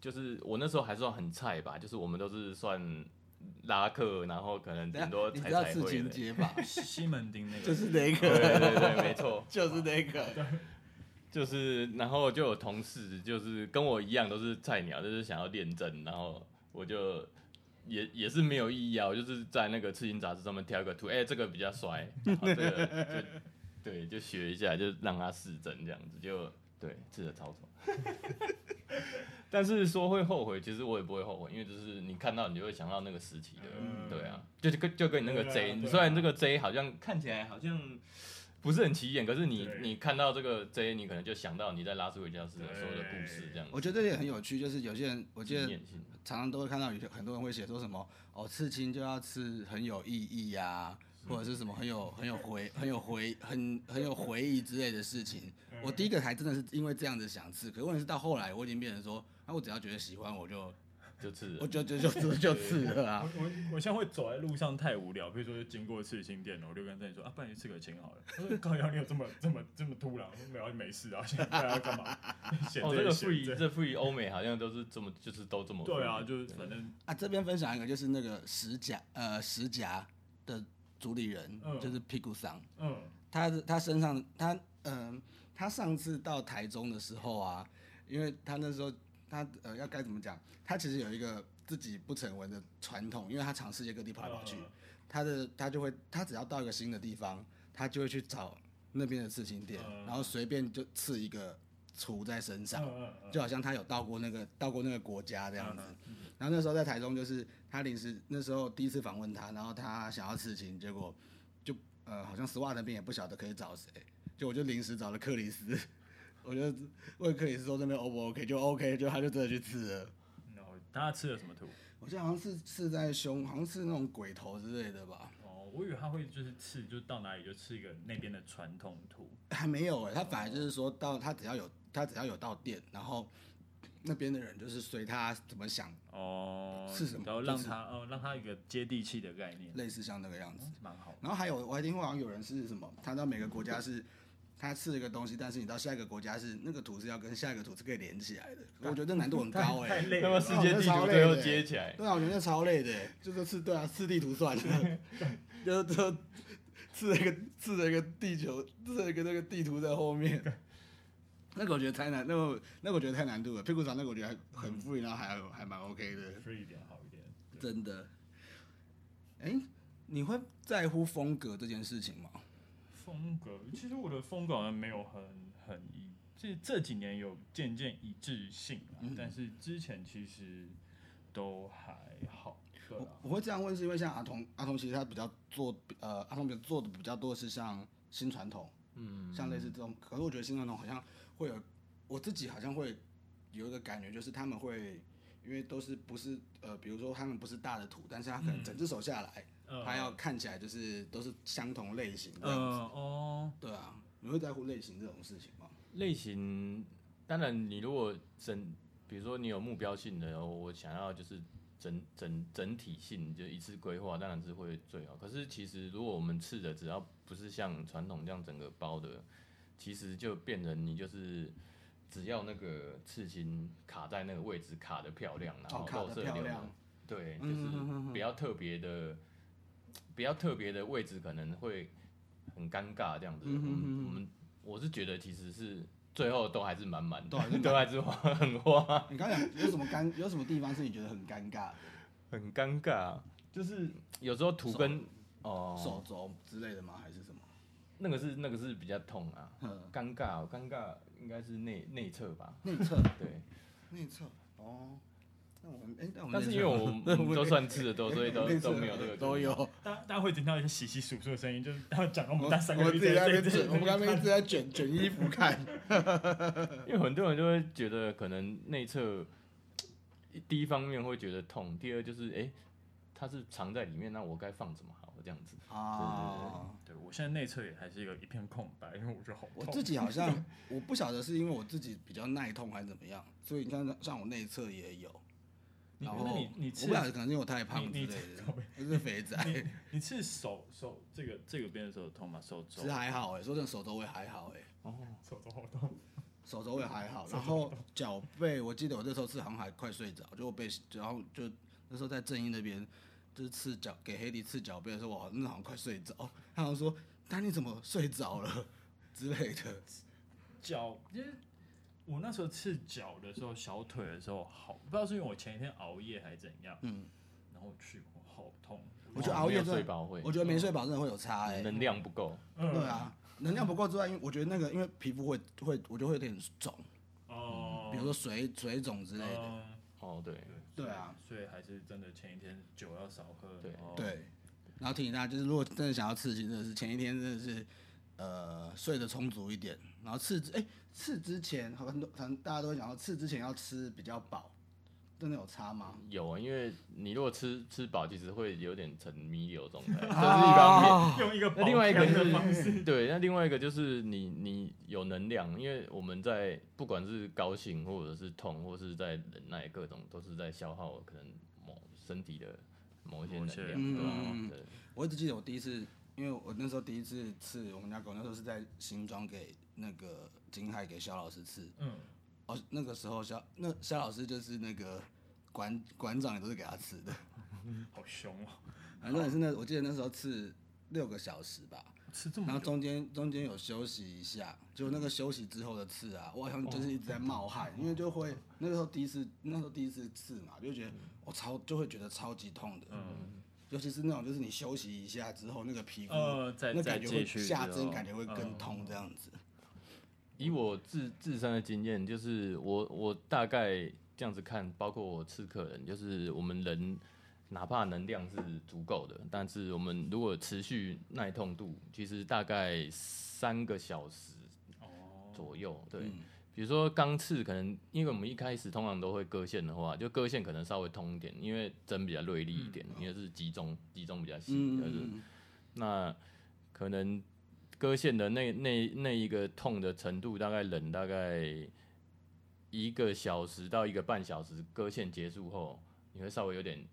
就是我那时候还算很菜吧，就是我们都是算拉客，然后可能
等一
顶
下
多
你
踩
知道
踩
刺
会
青
的。
街 吧？
西门町那个
就是那
对
个，
对对，没错。
就是那个。
就是，然后就有同事，就是跟我一样都是菜鸟，就是想要练真，然后我就也也是没有意义啊，我就是在那个刺青杂志上面挑一个图，哎、这个比较帅，然后这个就对，就学一下，就让他试真这样子，就对，刺的超丑。 但是说会后悔，其实我也不会后悔，因为就是你看到你就会想到那个时期的，
嗯
对啊，就就跟就跟你那个
对啊
J，、
对啊
虽然这个 J 好像看起来好像不是很起眼，可是你
对
你看到这个 J，你可能就想到你在拉斯维加斯的所有的故事这样 子。
我觉得这也很有趣，就是有些人，我记
纪
得
念性，
常常都会看到有些很多人会写说什么哦，刺青就要刺很有意义呀、或者是什么很有很有回很有回很很有回忆之类的事情。
嗯
我第一个还真的是因为这样子想刺，可是问题是到后来我已经变成说，啊，我只要觉得喜欢我就
就是
哦我就就就就 就刺了啊。
我我我现在会走在路上太无聊，比如说就经过刺青店了，我就跟这里说啊，不然你刺个青好了。他说高瑶，你有这么这么这么突然？我说没有，没事啊，现在要干嘛？闲
哦，
着也
这个
闲
free
着
这 free 欧美好像都是这么就是都这么
对
free
啊，就是反正
啊，这边分享一个就是那个石甲呃石甲的主理人，
嗯
就是屁股桑，
嗯，
他的他身上他嗯、他上次到台中的时候啊，因为他那时候他呃要该怎么讲，他其实有一个自己不成文的传统，因为他尝世界各地跑来跑
嗯
去，他的他就会他只要到一个新的地方，他就会去找那边的刺青店，
嗯
然后随便就刺一个图在身上。
嗯嗯嗯
就好像他有到过那个到过那个国家这样子
嗯。
然后那时候在台中，就是他临时那时候第一次访问他，然后他想要刺青，结果就呃好像 SWAT 那边也不晓得可以找谁，就我就临时找了克里斯， 我就问克里斯说这边 O 不 OK，就 OK，就他就真的去刺了。
然后他吃了什么图？
我记得好像是刺在胸，好像是那种鬼头之类的吧，
哦，我以为他会就是刺，就到哪里就刺一个那边的传统图。
还没有哎、他反而就是说到他只要有他只要有到店，然后那边的人就是随他怎么想，
哦，
刺什么
然后让
就是
他哦，让他一个接地气的概念，
类似像那个样子。
蛮好的。
然后还有我还听过，好像有人是什么，他到每个国家是它是一个东西，但是你到下一个国家是那个图是要跟下一个图是可以连起 来的，我觉得这难度很高哎、
太累
那
了
么
吧。
世界地图最后接起来，
对啊，我觉得超累的欸，就这次对啊，次地图算了，就就刺了一个刺了一个地球，刺了一个那个地图在后面。那个我觉得太难，那个那个我觉得太难度了。屁股长那个我觉得还
嗯
很 free，然后还还蛮 OK 的，
free 一点好一点。对
真的。哎、你会在乎风格这件事情吗？
风格，其实我的风格好像没有很很一，这这几年有渐渐一致性啊，
嗯
但是之前其实都还好。对
我
啊，
我会这样问，是因为像阿童，阿童其实他比较做呃，阿童比较做的比较多是像新传统，
嗯，
像类似这种，可是我觉得新传统好像会有，我自己好像会有一个感觉，就是他们会，因为都是不是呃，比如说他们不是大的图，但是他可能整只手下来，
呃
哦他要看起来就是都是相同类型的，
呃哦，
对啊，你会在乎类型这种事情吗？
类型，当然你如果整，比如说你有目标性的，我想要就是整整整体性，就一次规划，当然是会最好。可是其实如果我们吃的只要不是像传统这样整个包的，其实就变成你就是。只要那个刺青卡在那个位置卡的漂亮，然
哦，
后
卡
肉
的
色
漂
流的
亮，
对，就
嗯
是
哼哼哼
比较特别的，比较特别的位置可能会很尴尬这样子。
嗯哼
我
哼
们
哼
我们我是觉得其实是最后都还是满满的，
都还是满
都还是很花，
你刚刚讲有什么尴，有什么地方是你觉得很尴尬的？
很尴尬。啊就是有时候图跟
手
哦，
肘之类的吗？还是什么？
那个是那个是比较痛啊，
嗯，
尴尬、哦，尴尬应该是内内侧吧？
内侧，
对，
内侧，哦。那我们，哎、那我们
但是因为我 们我们都算吃的多，所以都都没有这个
都有。
大家大家会听到一些洗洗簌簌的声音，就是他讲到 我
我
们大三个
我
一
自己
直
在那边
在
卷，我们刚刚一
看
直在卷卷衣服看。
因为很多人就会觉得，可能内侧第一方面会觉得痛，第二就是哎、诶它是藏在里面，那我该放什么好？这样子，
啊，
对我现在内侧也还是一个一片空白，因为我觉得好
我
痛
自己好像我不晓得是因为我自己比较耐痛还是怎么样，所以你看像我内侧也有，
你
然
那
后
你你
我不
吃
晓得可能是因为我太胖之
你
类
你
的，我是肥仔。
你你是手手这个这个边的时候痛吗？手
其
肘
实还好哎、说真的手肘位还好哎、
手肘好痛，
手肘位还好，然后脚背，我记得我那时候是好像还快睡着，就我被，然后就那时候在正义那边，就是刺脚给黑迪刺脚背的时候，我那好像快睡着， 他好像说，丹你怎么睡着了 之类的，
脚因为我那时候刺脚的时候，小腿的时候好，不知道是因为我前一天熬夜还是怎样，
嗯，
然后我去我好痛，
我觉得
哦
熬夜
没有
真的
睡饱会嗯
我，觉得没睡饱真的会有差哎、
能量不够。
对啊，能量不够之外，因为我觉得那个因为皮肤会会，我就会有点肿，
哦，
嗯比如说水水肿之类的，
嗯
哦，对，
对啊，
所以所以还是真的前一天酒要少喝，
对
然后
对，然后提醒大家，就是如果真的想要刺青，真的是前一天真的是，呃，睡得充足一点，然后刺之，哎、刺之前很多，很大家都会讲说，刺之前要吃比较饱，真的有差吗？
有啊，因为你如果吃吃饱，其实会有点沉迷有状 态，这是一方 面。
用一个
啊那另外一个
保健的方
就
式
是 对，那另外一个就是你你有能量，因为我们在不管是高兴或者是痛，或是在忍耐各种，都是在消耗可能某身体的某一些能
某些
量，对吧、
嗯
对，
我一直记得我第一次，因为我那时候第一次刺我们家狗，那时候是在新庄给那个金海给肖老师刺，
嗯，
哦，那个时候肖那肖老师就是那个馆馆长也都是给他刺的，
好凶哦，
反正也是那我记得那时候刺六个小时吧，
吃这
然后
么久，
中间中间有休息一下，就那个休息之后的刺
嗯
啊，我好像就是一
哦
直在冒汗，因为就会那时候第一次那时候第一次刺嘛，就觉得我、超就会觉得超级痛的，
嗯，
尤其是那种就是你休息一下之后，那个皮肤、
呃，再
嗯那
再
感觉
继
会
续哦
下
之
针
后
感觉会更痛这样子。
以我自自身的经验，就是我我大概这样子看，包括我刺客人，就是我们人哪怕能量是足够的，但是我们如果持续耐痛度，其实大概三个小时
哦，
左右，对。
嗯
比如说钢刺，可能因为我们一开始通常都会割线的话，就割线可能稍微通一点，因为针比较锐利一点，因为是集中集中比较细，
嗯
就是
嗯，
那可能割线的那那那一个痛的程度，大概忍大概一个小时到一个半小时，割线结束后，你会稍微有点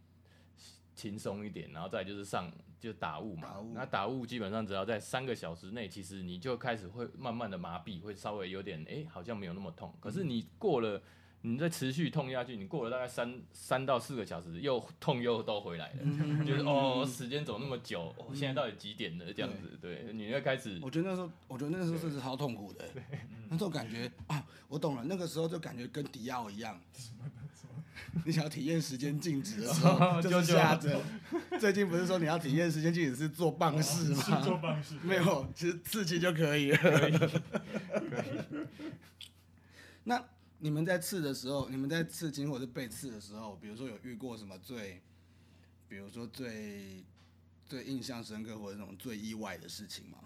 轻松一点，然后再就是上就打雾嘛。
打雾
那打雾基本上只要在三个小时内，其实你就开始会慢慢的麻痹，会稍微有点哎、诶好像没有那么痛。可是你过了，你再持续痛下去，你过了大概三三到四个小时，又痛又都回来了，
嗯
就是哦，时间走那么久，我、现在到底几点了？这样子，对，你会开始
嗯我觉得那时候，我觉得那时候真是超痛苦的、那时候感觉啊，我懂了，那个时候就感觉跟迪奥一样，你想要体验时间静止的时候，
就
哦就是下着。最近不是说你要体验时间静止是哦做棒式
是做
吗？
棒式，
没有，其实刺激就可以了。 那你们在刺的时候，你们在刺青或者是被刺的时候，比如说有遇过什么最，比如说最最印象深刻或者那种最意外的事情吗？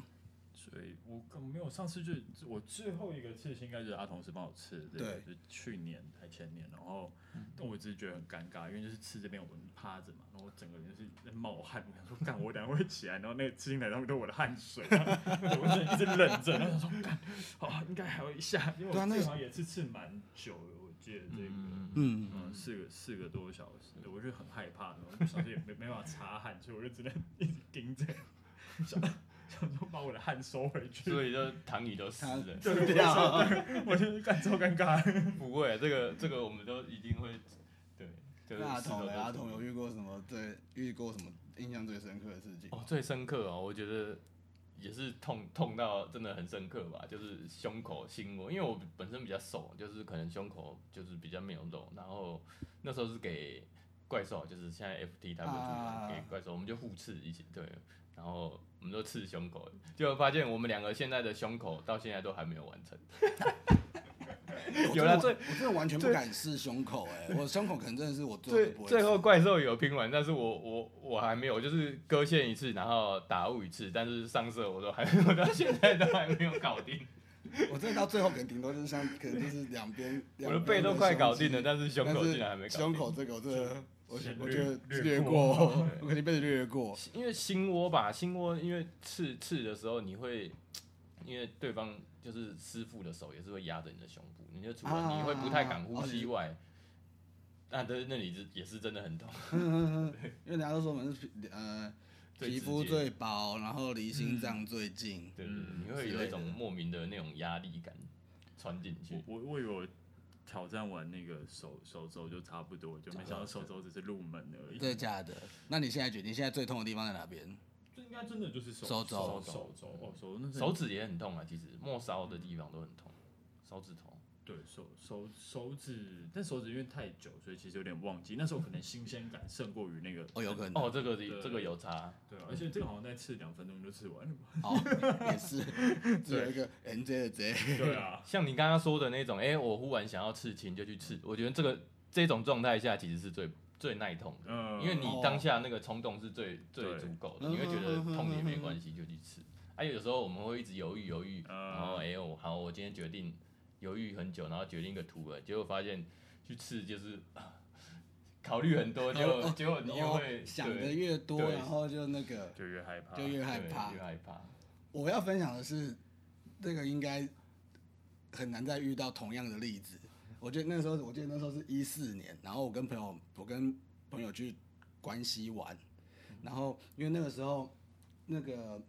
所以我根本没有上次就我最后一个刺青，应该就是阿童是帮我刺的，
对，嗯
就是去年还前年，然后但我只是觉得很尴尬，因为就是刺这边我们趴着嘛，然后我整个人就是在冒汗，我想说干我等下会起来，然后那个刺青台上面都是我的汗水，对 我真的一直忍着，然后想说干，好应该还有一下，因为
对啊
我
那
最好也是刺蛮久的，我记得这个。
嗯
嗯，
嗯，四个四个多小时，我就很害怕，然后不小心也没没办法擦汗，所以我就只能一直盯着，想想说把我的汗收回去。
所以就躺椅都湿
躺
了。
对，
对啊
我就是干超尴尬。
不会，这个这个我们都一定会，对，就是
那阿
事都
童嘞，
做
啊阿童有遇过什么最遇过什么印象最深刻的事情？
哦，最深刻哦，我觉得也是痛痛到真的很深刻吧，就是胸口、心窝，因为我本身比较瘦，就是可能胸口就是比较没有肉，然后那时候是给怪兽，就是现在 FTW 主
啊
人给怪兽，我们就互刺一起对，然后我们都刺胸口，结果发现我们两个现在的胸口到现在都还没有完成，有
了
啦最
我真的完全不敢试胸口哎、我胸口可能真的是我最后
最
不会
最后
刺
怪兽有拼完，但是我我我还没有，就是割线一次，然后打雾一次，但是上色我都还没有，到现在都还没有搞定。
我真的到最后可能顶多就是像可能就是两边，
我
两
的
边
背都快搞定了，
的
但是胸
胸肌，
口
但是
竟然还没搞定。
胸口这个我真的，我
先
我
略
觉得
略
略
过
过， 我肯定被略过。
因为心窝吧，心窝因为刺刺的时候，你会因为对方就是师傅的手也是会压着你的胸部，你就除了
啊
你会不太敢呼
哦你
吸外，那对那里是也是真的很痛，
嗯嗯嗯因为大家都说我们是皮呃
最
皮
直
肤
接
最薄，然后离心脏最近。
对对
嗯
对，你会
之
有
类
一种
的
莫名的那种压力感传进去
我。我我以为我挑战完那个手手肘就差不多，就没想到手肘只是入门而已。
真的假的？那你现在决定，现在最痛的地方在哪边？
这应该真的就是手
手肘
手手肘哦，手那是
手指也很痛啊，其实末梢的地方都很痛，手指头。
对手手手指，但手指因为太久，所以其实有点忘记。那时候可能新鲜感胜过于那个
哦，有可能
哦，这个
对
这个有差，
对啊，而且这个好像再吃两分钟就吃完了 吧？
哦，也是，只有一个 NJ 的 J。
对啊，
像你刚刚说的那种，哎、我忽然想要刺青就去
嗯
刺，我觉得这个这种状态下其实是最最耐痛的，
嗯，
因为你
哦
当下那个冲动是最最
对
足够的，
嗯
你会觉得
嗯嗯
痛也
嗯
没
嗯
关系就去刺。啊，有时候我们会一直犹豫犹豫，
嗯
然后哎、我好，我今天决定犹豫很久，然后决定一个图了，结果发现去刺就是 啊考虑很多，结果、
哦
结果 你又会、
哦想的
对
越多，
对
然后就那个
就越害怕，
就越害
对
怕
越。害怕。
我要分享的是，这个应该很难再遇到同样的例子。我觉得那时候，我记得那时候是一四年，然后我跟朋友，我跟朋友去关西玩，然后因为那个时候，那个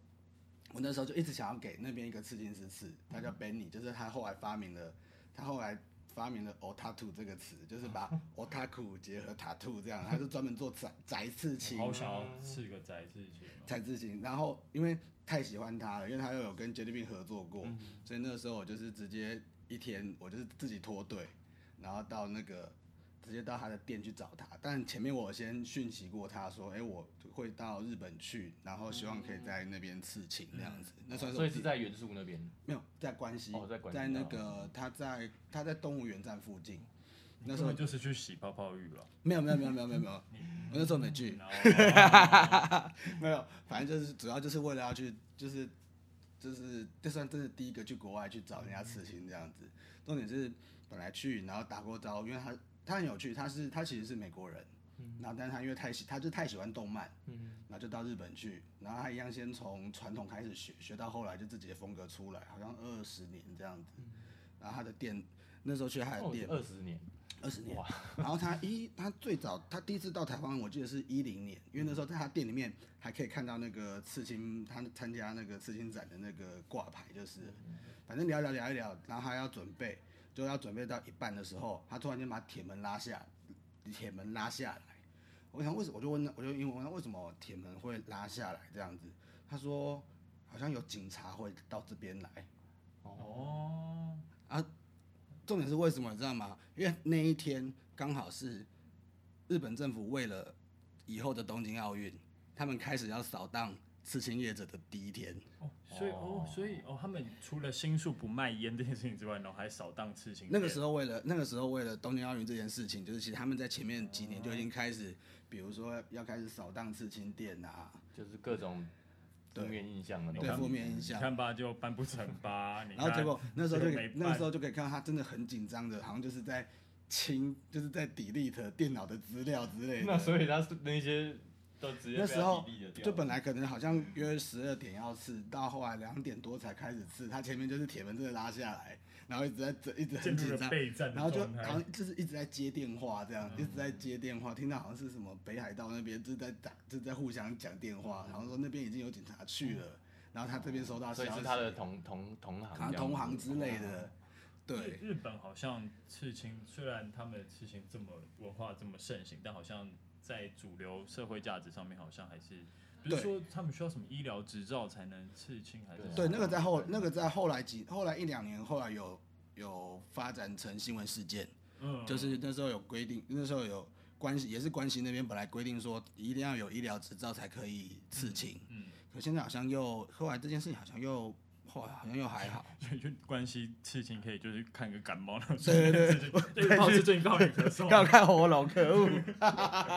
我那时候就一直想要给那边一个刺青师刺，他叫 Benny，就是他后来发明了，他后来发明了 otaku 这个词，就是把 otaku 结合 tattoo 这样，他就专门做宅宅刺青。
好想要吃个宅自己哦。
蔡志勤，然后因为太喜欢他了，因为他又有跟 JDB 合作过，
嗯
所以那个时候我就是直接一天，我就是自己脱队，然后到那个直接到他的店去找他。但前面我有先讯息过他说，哎、我会到日本去，然后希望可以在那边刺青这样子。那算是
嗯所
我
以
自
是
己
在元素那边，
没有在关西，
哦在关西
那个他在他在动物园站附近。那时候
根本就是去洗泡泡浴了，
没有没有没有没有没有没 有，我那时候没去，
然后
没有，反正就是主要就是为了要去，就是就是就算这是第一个去国外去找人家刺青这样子。重点是本来去，然后打过招呼，因为他他很有趣，他是他其实是美国人，然后但是他因为太喜他就太喜欢动漫，然后就到日本去，然后他一样先从传统开始学，学到后来就自己的风格出来，好像二十年这样子。然后他的店，那时候去海
哦
淀，
二十年，
二十年
哇。
然后他一他最早他第一次到台湾，我记得是一零年，因为那时候在他店里面还可以看到那个刺青，他参加那个刺青展的那个挂牌，就是反正聊一聊聊一聊，然后还要准备，就要准备到一半的时候，他突然间把铁门拉下，铁门拉下来。我想为什么，我就问他，我就因为我问他为什么铁门会拉下来这样子，他说好像有警察会到这边来。
哦，
重点是为什么你知道吗？因为那一天刚好是日本政府为了以后的东京奥运，他们开始要扫荡刺青业者的第一天。
哦，所以哦，所以哦，他们除了新宿不卖烟这件事情之外，然后还扫荡刺青店。
那个时候为了那个时候为了东京奥运这件事情，就是其实他们在前面几年就已经开始，比如说要开始扫荡刺青店啊，
就是各种负
对
面印象的
你
东
对
看
负
西。
面影
你
响。
看吧，就办不成吧。你
然后
看
结果那时候就
就
可
没
以
办
那时候就可以看到他真的很紧张的，好像就是在清就是在 delete 电脑的资料之类的。
那所以他是那些都直接
那时
被他
候
抵力了掉
就本
了
来可能好像约十二点要吃，到后来两点多才开始吃。他前面就是铁门真的拉下来，然后一直在整，一直很
进入
紧
了
张，
备战
然后
的
就
状
好
态。
像就是一直在接电话这样，
嗯
一直在接电话，听到好像是什么北海道那边就在打，就在互相讲电话，然后说那边已经有警察去了，然后他这边收到消
所以
息，
是他的同同同行
好像
这样子，
同行之类
哦。
的，对，
日日本好像刺青，虽然他们的刺青这么文化这么盛行，但好像在主流社会价值上面，好像还是不是
对
说他们需要什么医疗执照才能刺青，还是
对啊
对，那个在后那个在后来几后来一两年后来有有发展成新闻事件。
嗯，
就是那时候有规定，那时候有关系，也是关系那边本来规定说一定要有医疗执照才可以刺青，
嗯，
可现在好像又后来这件事情好像又后来好像又还好，
所以就关系刺青可以就是看个感冒，然后
对对
对对，对，靠这最靠你咳
哦
嗽，
要看喉咙，可恶。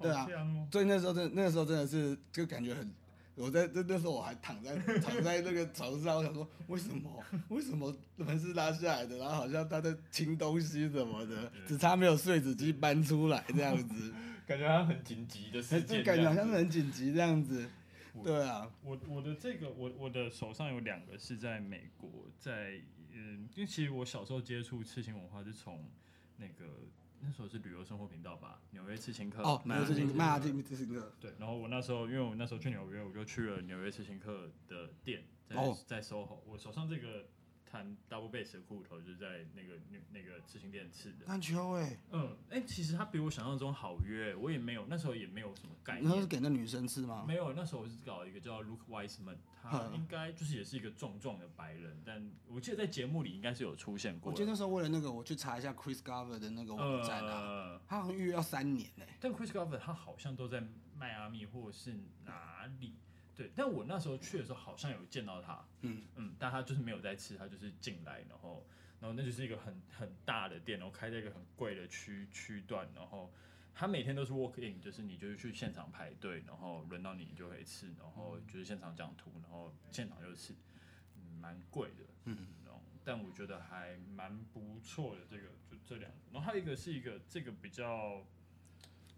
对啊
好香哦，
所以那时候真的那时候真的是就感觉很。我在那那时候我还躺 在躺在那个床上，我想说为什么为什么门是拉下来的，然后好像他在清东西什么的，只差没有碎纸机搬出来这样子，
感觉他很紧急的事
就
件，
感觉好
这
像
样 子
是很紧急这样子。
我
对啊，
我我的这个我我的手上有两个是在美国，在嗯，因为其实我小时候接触刺青文化是从那个那时候是旅游生活频道吧，纽约刺青课
哦，没有这件，
迈
骂
阿
这
密
这是一个
对，然后我那时候因为我那时候去纽约，我就去了纽约刺青课的店，在、
哦
在 SOHO，我手上这个弹 double bass 的裤头就是在那个那个刺青店刺的，
烂球哎、
嗯，哎、其实它比我想象中好约，我也没有那时候也没有什么概
你
念
说，是给那女生吃吗？
没有，那时候我是搞一个叫 Luke Wiseman，他
嗯
应该就是也是一个壮壮的白人，但我记得在节目里应该是有出现
我
过的。
记得那时候为了那个，我去查一下 Chris Garver 的那个网站啊，
呃，
他好像预约要三年呢、
但 Chris Garver 他好像都在迈阿密或是哪里，对。但我那时候去的时候好像有见到他，
嗯
嗯，但他就是没有在吃，他就是进来，然后然后那就是一个很很大的店，然后开在一个很贵的区区段，然后他每天都是 walk in，就是你就是去现场排队，然后轮到你你就可以吃，然
嗯
后就是现场讲图，然后现场就吃，嗯，蛮贵的，
嗯，
然后但我觉得还蛮不错的，这个就这两个，然后还有一个是一个这个比较。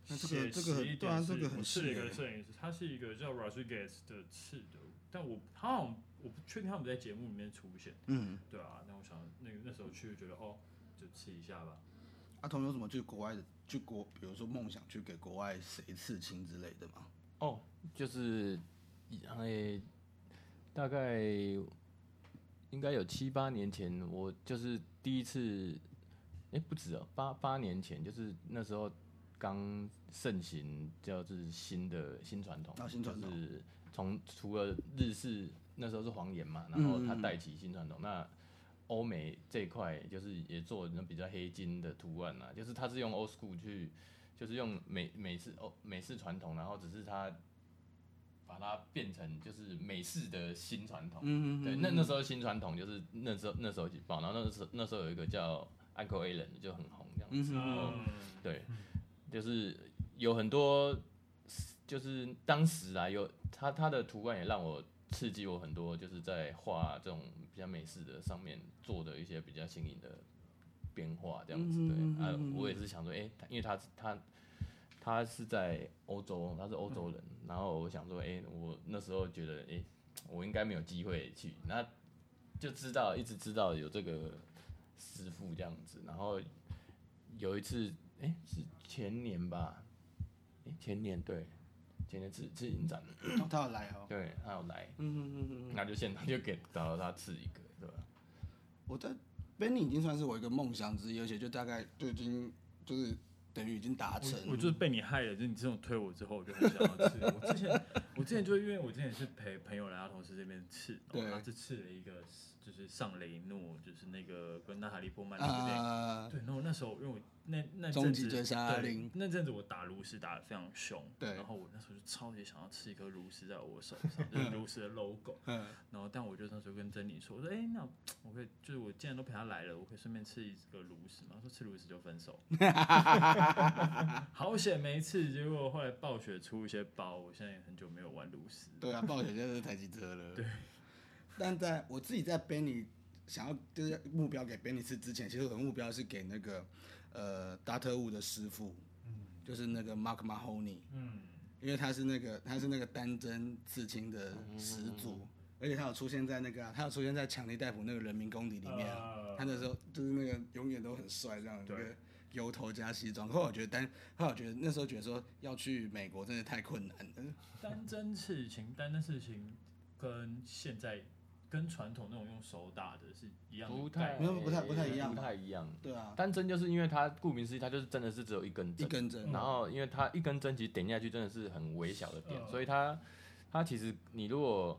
那这个
写
这个
实
很
一
对啊
点是
这个很
我是
适
一个
合
摄影师，他是一个叫 Rodriguez 的刺的，但我他好像我不确定他们在节目里面出现，
嗯，
对啊，那我想那个那时候去觉得哦，就吃一下吧，
阿童啊有什么去国外的，去国，比如说梦想去给国外谁刺青之类的吗？
哦， 就是诶、大概应该有七八年前，我就是第一次，诶、不止哦，八八年前，就是那时候刚盛行，就是新的新传统，
啊新传统
就是从除了日式那时候是黄岩嘛，然后他
嗯嗯嗯
带起新传统，那。欧美这一块就是也做那比较黑金的图案啊，就是他是用 old school 去就是用美美式哦美式传统，然后只是它把它变成就是美式的新传统。
嗯
对，那那时
候
候新传统就是那时候那时候举报，然后那时候那时候有一个叫 Uncle a l a n 就很红这样。
嗯哼
哦
嗯
嗯，
对，就是有很多，就是当时啊有他他的图案也让我刺激我很多，就是在画这种比较美式的上面做的一些比较新颖的变化这样子。对
嗯嗯嗯
啊
嗯嗯，
我也是想说，哎、他因为他他他是在欧洲，他是欧洲人，
嗯
然后我想说，哎、我那时候觉得，哎、我应该没有机会去，那就知道一直知道有这个师傅这样子。然后有一次，哎、是前年吧？哎、前年对，前年吃吃影展，
哦他有来哦。
对，他有来，
嗯嗯嗯嗯，
那就现场就给找到他吃一个，对吧？
我在 Benny 已经算是我一个梦想之一，而且就大概就已经就是等于已经达成。
我我就是被你害的，就是你这种推我之后，我就很想要 吃。我之前我之前就因为我之前是陪朋友来他同事这边吃，然后
对
他就吃了一个就是上雷诺，就是那个跟娜塔莉
呃
波曼那个电影。
啊，
对，然后那时候因为我那那
终
阵
极
子
追杀
对
令
那阵子我打炉石打的非常凶，
对
然后我那时候就超级想要吃一颗炉石在我手上，就是炉石的 logo。
嗯，
然后，但我就那时候跟珍妮说，我说，哎、那我可以，就是我既然都陪他来了，我可以顺便吃一个炉石嘛。他说吃炉石就分 手，好险没吃。结果后来暴雪出一些包，我现在也很久没有玩炉石。
对啊，暴雪现在是台积车了。对，但在我自己在 Benny 想要就是目标给 Benny 吃之前，其实我的目标是给那个呃达特务的师傅，就是那个 Mark Mahoney。
嗯，
因为他是那个他是那个单针刺青的始祖，而且他有出现在那个啊、他有出现在强尼戴普那个人民公敌里面、啊，
呃
他那时候就是那个永远都很帅这样的一个
对
油头加西装。后来我觉得单，后来我觉得那时候觉得说要去美国真的太困难了，
单针刺青，单针刺青跟现在跟传统那种用手打的是一样
不
的
太
概
没
念，
有不太不太一样
不太一样。
对啊，
单针就是因为它顾名思义，它就是真的是只有一根
一
针，
根针，
然后因为它一根针其实点下去真的是很微小的
啊
点，
嗯
所以它它其实你如果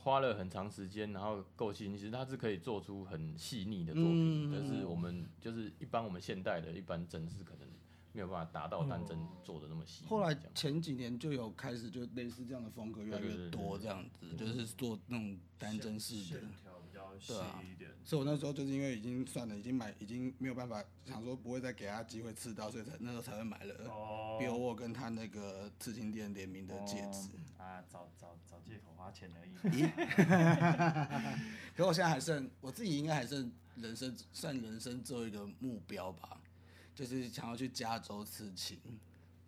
花了很长时间，然后够细腻，其实它是可以做出很细腻的作品，
嗯
但是我们就是一般我们现代的一般针是可能没有办法达到单针
哦
做的那么细嗯腻这
后
样。
来前几年就有开始就类似这样的风格越来
对对
越
对
多这样子，就是做那种单针式的
线。条比较细
对啊
一点。
所以我那时候就是因为已经算了，已经买，已经没有办法，想说不会再给他机会刺到，所以才那时候才会买了
哦
比尔沃跟他那个刺青店联名呃的戒指。
哦啊，找找找借口花钱而已。
可我现在还剩我自己应该还剩人生算人生最后一个目标吧，就是想要去加州刺青。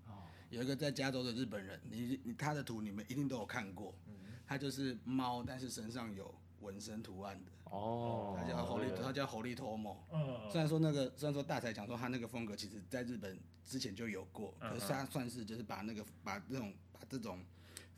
哦
有一个在加州的日本人，你你他的图你们一定都有看过，
嗯
他就是猫，但是身上有纹身图案的，
哦，
他叫猴
对
利，他叫猴利托某。
嗯，
虽然说那个，虽然说大才讲说他那个风格，其实在日本之前就有过，
嗯
可是他算是就是把那个把那种把这种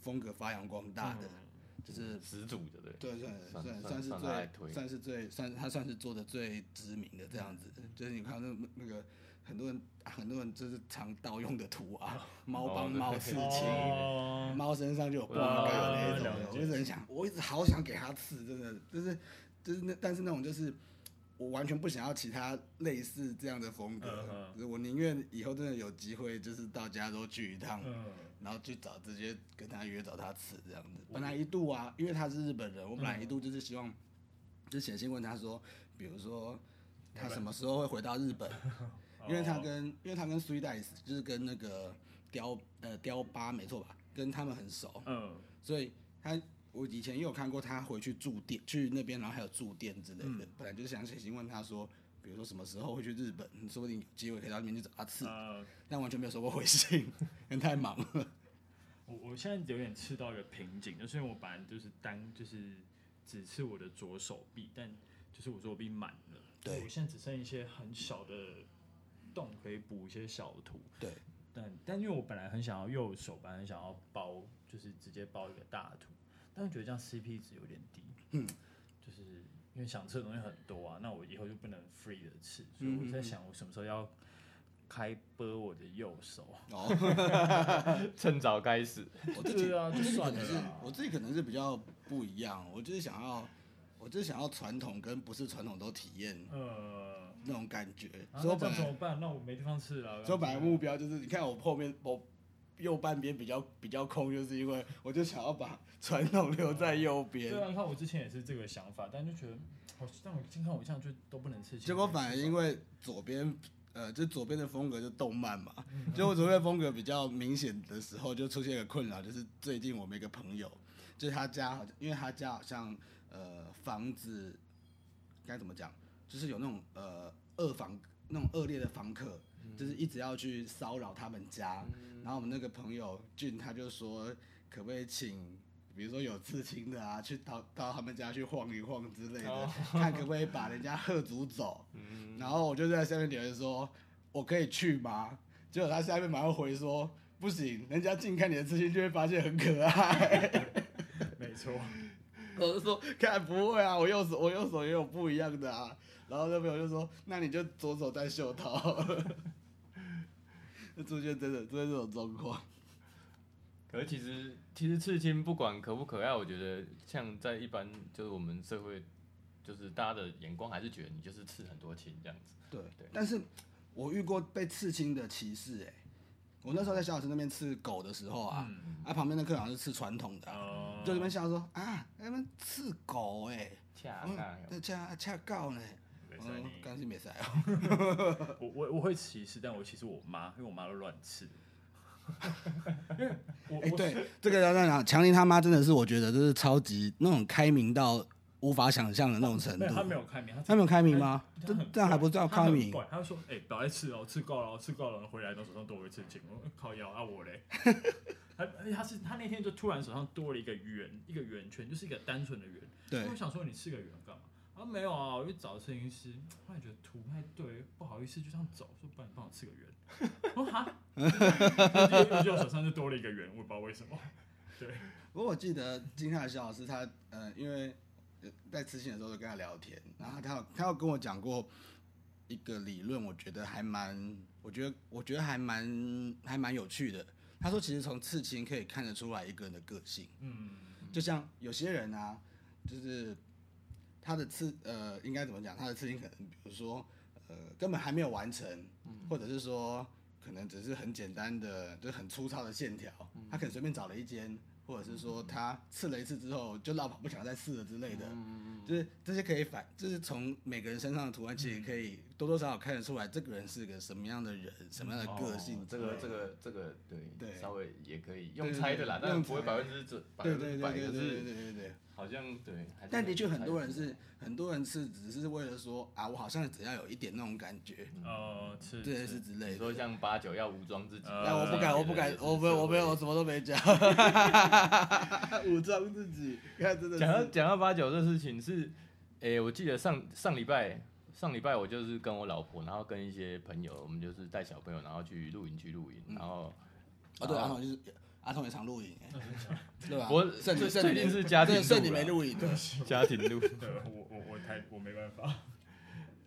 风格发扬光大 的，
嗯
就是
始祖的对。
对对算
算算
算是
算他来推
最算是最算他算是做的最知名的这样子，就是你看那那个很多人很多人就是常盗用的图啊，猫帮猫刺青。
哦，
猫身上就有刮
哦
那一种的，
了解
我一直很想，我一直好想给它刺，真的，就是就是那，但是那种就是我完全不想要其他类似这样的风格
嗯，嗯
就是我宁愿以后真的有机会，就是到加州去一趟，
嗯，
然后去找直接跟他约找他吃这样子。本来一度啊，因为他是日本人，我本来一度就是希望，就写信问他说，比如说他什么时候会回到日本，因为他跟因为他跟苏伊代斯就是跟那个雕呃雕八没错吧，跟他们很熟，
嗯
所以他我以前也有看过他回去驻店去那边，然后还有驻店之类的。本来就是想写信问他说。比如说什么时候会去日本，说不定有机会可以到那边去找他吃，
呃，
但完全没有收过回信， 因为太忙了。
我我现在有点吃到一个瓶颈，就是因为我本来就是单就是只吃我的左手臂，但就是我左手臂满了，
对
所以我现在只剩一些很小的洞可以补一些小图，
对，
但但因为我本来很想要右手，本来很想要包，就是直接包一个大图，但是觉得这样 CP 值有点低，
嗯，
就是因为想吃的东西很多啊，那我以后就不能 free 的吃，所
嗯
以我在想我什么时候要开播我的右手，
哦，
趁早该死。
我自己
对啊
我自己
就
可
算了
能是
啦
我自己可能是比较不一样，我就是想要，我就是想要传统跟不是传统都体验
呃。
那种感觉。
啊
所以我
那这
本
样怎
来
么办？那我没地方吃了。
所以我本来目标就是，你看我后面我右半边比较比较空，就是因为我就想要把传统留在右边
对。啊，你看我之前也是这个想法，但就觉得好，但我经常我这样就都不能吃。
结果反而因
为
为左边，呃，就左边的风格就动漫嘛，就我左边风格比较明显的时候，就出现一个困扰，就是最近我们一个朋友，就是他家好像，因为他家好像呃房子该怎么讲，就是有那种呃恶房那种恶劣的房客，
嗯
就是一直要去骚扰他们家，然后我们那个朋友俊他就说，可不可以请比如说有刺青的啊，去到到他们家去晃一晃之类的
哦，
看可不可以把人家喝足走。
嗯，
然后我就在下面留言说：“我可以去吗？”结果他下面马上回说：“不行，人家近看你的刺青就会发现很可爱。
没错，”
我就说：“看不会啊，我右手我右手也有不一样的啊。”然后那朋友就说：“那你就左手戴袖套。” 就出现真的出现这种状况，
可是其实其实刺青不管可不可爱，我觉得像在一般就是我们社会，就是大家的眼光还是觉得你就是刺很多青这样子。
对
对
但是我遇过被刺青的歧视、欸，我那时候在小老师那边刺狗的时候啊，
嗯，
啊旁边的课长是刺传统的啊、
哦
就这边笑说啊，那边刺狗哎、
啊
恰
嗯，那恰恰告呢？
没事啊
嗯，
你
刚是没塞哦。
我我我会歧视，但我歧视我妈，因为我妈都乱吃。 因为我
哎，
我
对，这个要这样讲，强林他妈真的是我觉得就是超级那种开明到无法想象的那种程
没
度
有，。他没有开明，他
他没有开明吗？
他
这
很
这样还不叫
他
开
很
明？
怪他就说：“哎、不要再吃了，吃够了，吃够了。”然后回来，然后手上多了一次钱，我说靠腰啊我嘞。 他而且他是他那天就突然手上多了一个圆，一个圆圈，就是一个单纯的圆。
对
我，想说你吃个圆干嘛？啊没有啊，我去找摄影师，后来觉得图不太对，不好意思就这样走，说不然你帮我吃个圆。我说哈， 然后就我手上就多了一个圆，我也不知道为什么。
不过我记得金泰小老师他，呃，因为呃在吃信的时候就跟他聊天，然后他有他有跟我讲过一个理论，我觉得还蛮，我觉得我觉得还蛮还蛮有趣的。他说，其实从刺青可以看得出来一个人的个性，
嗯，
就像有些人啊，就是他的刺呃，应该怎么讲？他的刺青可能比如说呃，根本还没有完成，或者是说可能只是很简单的，就是很粗糙的线条，他可能随便找了一间，或者是说他刺了一次之后就落跑不想再刺了之类的。就是这些可以反，就是从每个人身上的图案，其实可以多多少少看得出来，这个人是个什么样的人，什么样的个性
哦
之
这
类的、
个这个这个对，
对
稍微也可以
对
用
对
猜的啦，
对
但
用
不会
猜
百分之准百
对
分
对
之
对
百，
对
可
对对
是
对对对。
好像对，还是
但的确，
用猜
很多人是很多人是只是为了说啊，我好像只要有一点那种感觉，
呃， 吃
这件事之
吃
你
类
说
的。
像八九要武装自己，呃
呃
但我不敢，我不敢，我没有，我没有，我什么都没讲， 武装自己， 看真的
讲到
是，
讲到八九这事情是，诶、我记得上上礼拜上礼拜我就是跟我老婆，然后跟一些朋友，我们就是带小朋友，然后去露营去露营，
嗯
然后
哦对，阿童就是阿童也常录影，欸 对吧？
啊不过
剩你
最
剩
最近是家庭
剩剩你
录
没
啦
录影的，
家庭露，
对，我我我太我没办法。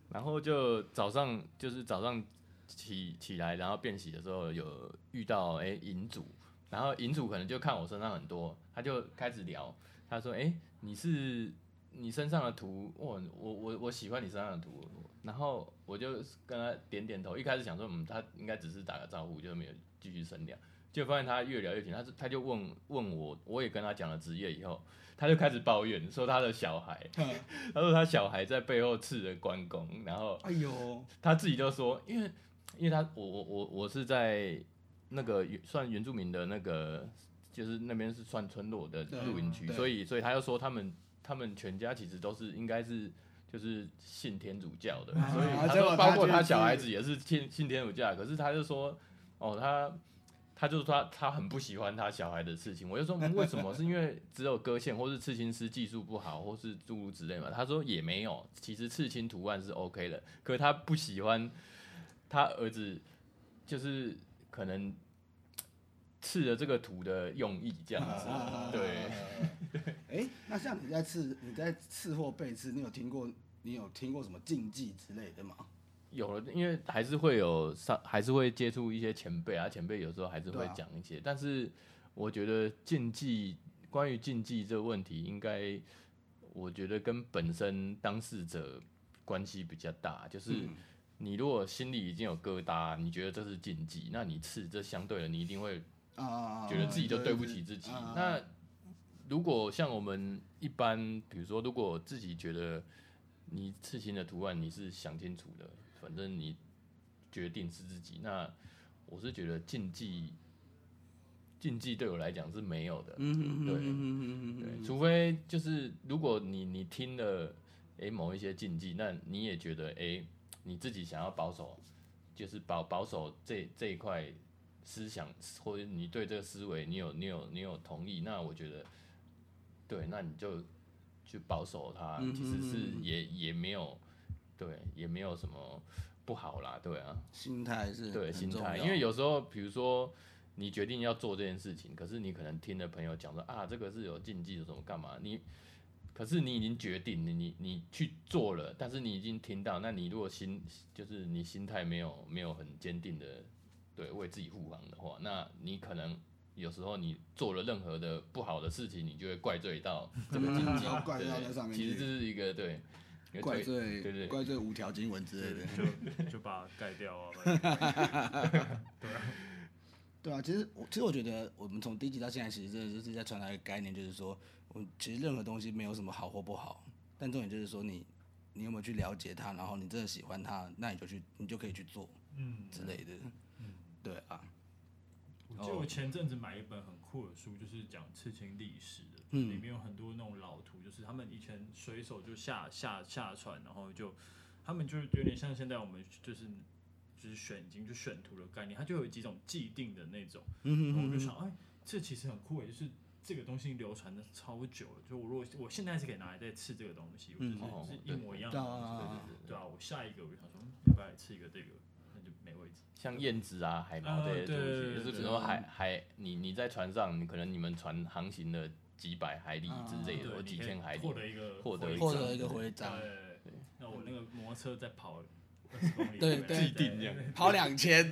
然后就早上就是早上起起来，然后变洗的时候有遇到诶营主，然后营主可能就看我身上很多，他就开始聊，他说：“诶，你是你身上的图，我我我我喜欢你身上的图。”然后我就跟他点点头，一开始想说，嗯，他应该只是打个招呼，就没有继续深聊。就发现他越聊越紧，他就他就问问我，我也跟他讲了职业以后，他就开始抱怨说他的小孩，他说他小孩在背后刺着关公，然后
哎 呦，
他自己就说，因为因为他我我我我是在那个原算原住民的那个，就是那边是算村落的
对
露营区，
对
所以所以他又说他们他们全家其实都是应该是。就是信天主教的，
啊
所以他
结果
说
他
包括
就
他
是
小孩子也是信信天主教的，可是他就说，哦，他他就说他他很不喜欢他小孩的事情，我就说嗯为什么？是因为只有割线或是刺青师技术不好，或是诸如之类嘛？他说也没有，其实刺青图案是 OK 的，可是他不喜欢他儿子，就是可能刺了这个图的用意这样
啊
子， 对。
哎，那像你在刺你在刺或被刺，你有听过你有听过什么禁忌之类的吗？
有了，因为还是会有上，还是会接触一些前辈啊，前辈有时候还是
对
会
啊
讲一些，但是我觉得禁忌，关于禁忌这个问题，应该我觉得跟本身当事者关系比较大，就是。
嗯
你如果心里已经有疙瘩，你觉得这是禁忌，那你刺这相对的，你一定会
啊，
觉得自己就对不起自己。
啊
那如果像我们一般，比如说，如果自己觉得你刺青的图案你是想清楚的，反正你决定是自己，那我是觉得禁忌，禁忌对我来讲是没有的。
嗯，
对
嗯
对，除非就是如果你你听了诶某一些禁忌，那你也觉得诶你自己想要保守，就是保保守这这一块思想，或者你对这个思维你有你有你有同意，那我觉得对，那你就去保守它，
嗯哼
其实是
嗯哼
也也没有，对，也没有什么不好啦，对啊，
心态是
对
很
心
重
态，
要
因为有时候比如说你决定要做这件事情，可是你可能听了朋友讲说啊，这个是有禁忌的，什么干嘛？你可是你已经决定，你你你去做了，但是你已经听到，那你如果心就是你心态没有没有很坚定的对为自己护航的话，那你可能。有时候你做了任何的不好的事情，你就会怪罪到这个禁
嗯
忌
然后， 怪罪到
对
那上面
其实
去
这是一个对，一个
怪
推
罪
对对
怪罪五条经文之类的。
就就把它盖掉 啊。把它
对啊，其实我其实我觉得我们从第一集到现在，其实真的就是在传达一个概念，就是说，我其实任何东西没有什么好或不好，但重点就是说你你有没有去了解它，然后你真的喜欢它，那你就去你就可以去做
嗯，
之类的。对啊，
我
哦
记得我前阵子买一本很酷的书，就是讲刺青历史的，
嗯
里面有很多那种老图，就是他们以前水手就下下下船，然后就他们就是有点像现在我们就是就是选已经就选图的概念，它就有几种既定的那种，
嗯
然后
哼
我就
哼哼，
想，哎，这其实很酷诶，就是。这个东西流传的超久了，就我如果我现在是可以拿来再刺这个东西，我就
嗯
是是一
哦
模一样的
对
东西，
对对
啊，
对
对啊，我下一个我就想说，嗯要不要来吃一个这个？那就没位置。
像燕子啊、海毛这些
啊对
东
对对
西，就是
对嗯
比如说海海，你你在船上，你可能你们船航行了几百海里之类
啊对哎
的，或
你
几
可以
千海里
获，得一个
获得一
获
个
得一个徽章，
对，那我那个摩托车在跑20公里
对
回来
对
既定这样
跑两千，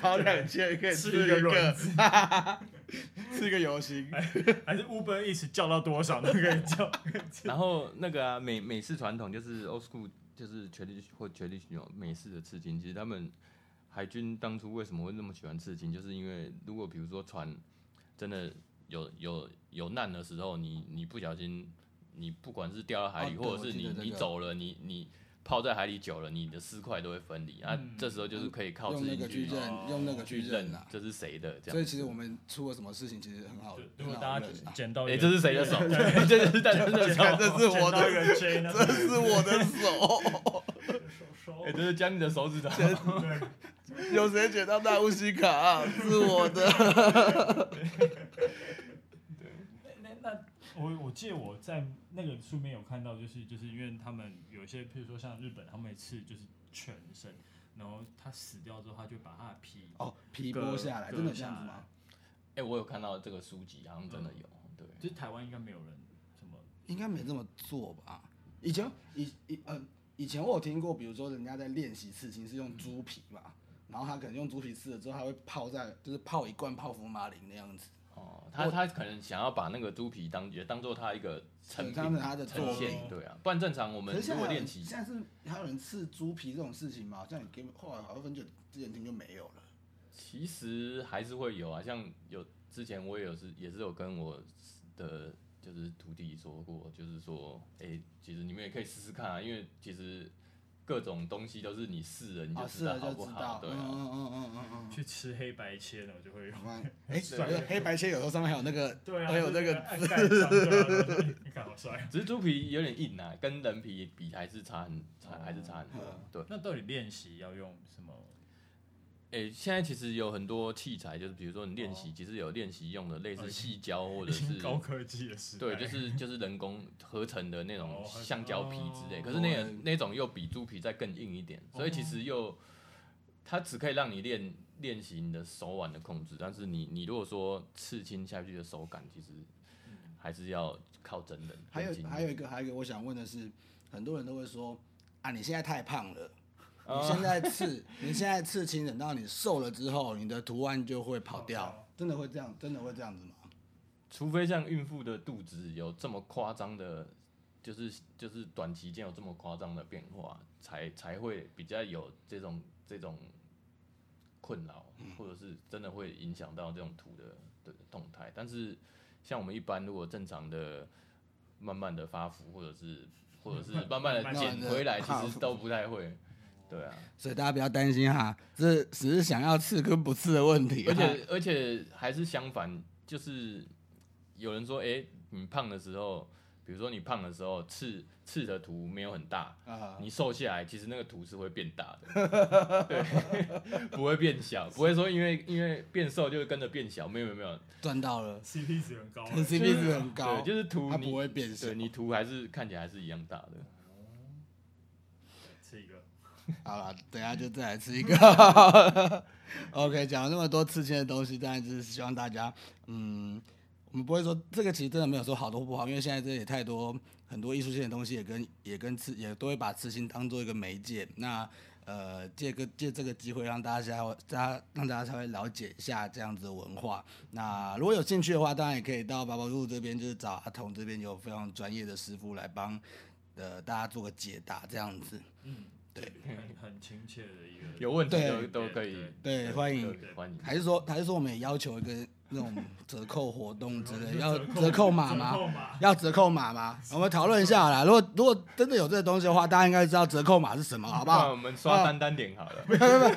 跑两千可以
吃
吃
一个
一
软
个，吃一个游行。
还是 Uber 一直叫到多少都可以叫。
然后那个啊，美美式传统就是 old school，就是权力或权力有美式的刺青，其实他们海军当初为什么会那么喜欢刺青，就是因为如果比如说船真的有有有难的时候，你你不小心，你不管是掉到海里，
哦对
或者是你、
我记得这
你
个
走了，你你泡在海里久了，你的尸块都会分离、啊
嗯，
这时候就是可以靠
用
自
那
己
个去认，用那个去
哦去
认
认
啦。
这是谁的这
所
样
以。其实我们出了什么事情，其实很好，
如
很
果
好
大家
认啊
捡到，
哎、这是谁的手？ 这是大家的手。
这是我的
一个 J 呢？
这是我的手，
手手
哎、这是将你的手指头。
有谁捡到大乌西卡、啊是我的。
那那我我记得我在那个书面有看到，就是就是因为他们有些，譬如说像日本，他们一次就是全身，然后他死掉之后，他就把他的皮
哦，皮剥下来，
割
真的有这样子
割下
吗
来？
哎、我有看到这个书籍，好像真的有。
嗯
对，
就是台湾应该没有人什么，
应该没这么做吧？以前以以呃，以前我有听过，比如说人家在练习刺青是用猪皮嘛，然后他可能用猪皮刺了之后，他会泡在就是泡一罐泡芙马林那样子，
哦，他他可能想要把那个猪皮当也当做他一个成
对
品，
当成他的作
呈
品
现，对啊，不然正常我
可
们
是
如
现
果
在
练
人
习
现，在是还有人刺猪皮这种事情吗？好像也给后来好像很久之前听就没有了。
其实还是会有啊，像有之前我也有是也是有跟我的就是徒弟说过，就是说，哎、其实你们也可以试试看啊，因为其实各种东西都是你试了你
啊，
就是知道
了
好
就
不
知
好，
道，
对
嗯
啊。
嗯嗯嗯嗯嗯。
去吃黑白切呢，我就 会有。
哎，
帅
对黑白切有时候上面还有那个，
对啊，
还有那个，
按盖章对啊你看好帅。
只是猪皮有点硬啊，跟人皮比还是差很差，还是差很多。
哦嗯
对，
那到底练习要用什么？
诶、现在其实有很多器材，就是比如说你练习，其实有练习用的类
哦
似细胶或
已
者是
经高科技的时代，
对，就是就是人工合成的那
哦
种
合成
橡胶皮之类。
哦
可是那个
对
那种又比猪皮再更硬一点，所以其实又它只可以让你练练习你的手腕的控制，但是你你如果说刺青下去的手感，其实
嗯
还是要靠真人。
还有
跟经验
还有一个，还有一个，我想问的是，很多人都会说啊，你现在太胖了，
啊
你现在刺，你现在刺青，等到你瘦了之后，你的图案就会跑
跑
掉
掉，
真的会这样，真的会这样子吗？
除非像孕妇的肚子有这么夸张的，就是就是短期间有这么夸张的变化，才才会比较有这种这种困扰，或者是真的会影响到这种图的的动态。但是像我们一般，如果正常的慢慢的发福，或者是或者是慢慢的
慢慢
减
地
回来，其
发
实都不太会。对啊，
嗯
所以大家不要担心哈，这只是想要刺跟不刺的问题。
而且而且还是相反，就是有人说，哎、你胖的时候，比比如说你胖的时候，刺刺的图没有很大，
啊，
你瘦下来，其实那个图是会变大的，对， 不会变小，不会说因为因为变瘦就跟着变小，没有没有没有，
赚到了
CP 值很高欸、
，CP 值很高，
对，就是图
它
你
不会变小
对。你图还是看起来还是一样大的。
吃一个，
好了，等一下就再来吃一个。OK，讲了那么多刺青的东西，当然就是希望大家，嗯，我们不会说这个其实真的没有说好的或不好，因为现在这也太多很多艺术性的东西也跟也跟刺也都会把刺青当做一个媒介。那呃，借个借这个机会让大家大家让大家稍微了解一下这样子的文化。那如果有兴趣的话，当然也可以到八宝路这边，就是找阿童这边有非常专业的师傅来帮呃大家做个解答这样子。
嗯，
对，
很很亲切的一个，
有问题
对
都都可以，
对，欢迎。
对欢迎。
嗯还是说，还是说我们也要求一个那种折扣活动之 类，要
扣
折扣码吗
折？扣 码，
要折扣码吗？我们讨论一下啦。如果如果真的有这个东西的话，大家应该知道折扣码是什么，好不
那
好
我？们刷单单点好了。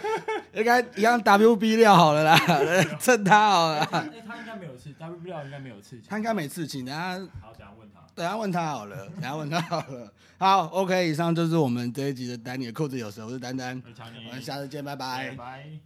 应该一样 WB 料好了啦， 蹭他好了啦。
哎、他应该没有刺，他不料应该没有刺青。
他应该没事情，等下
好，等一下问 他。
等下问他好了，等下问他好了。好，OK，以上就是我们这一集的丹尼的裤子有时候是丹丹，
我是强尼
我们下次见，拜拜
拜。拜。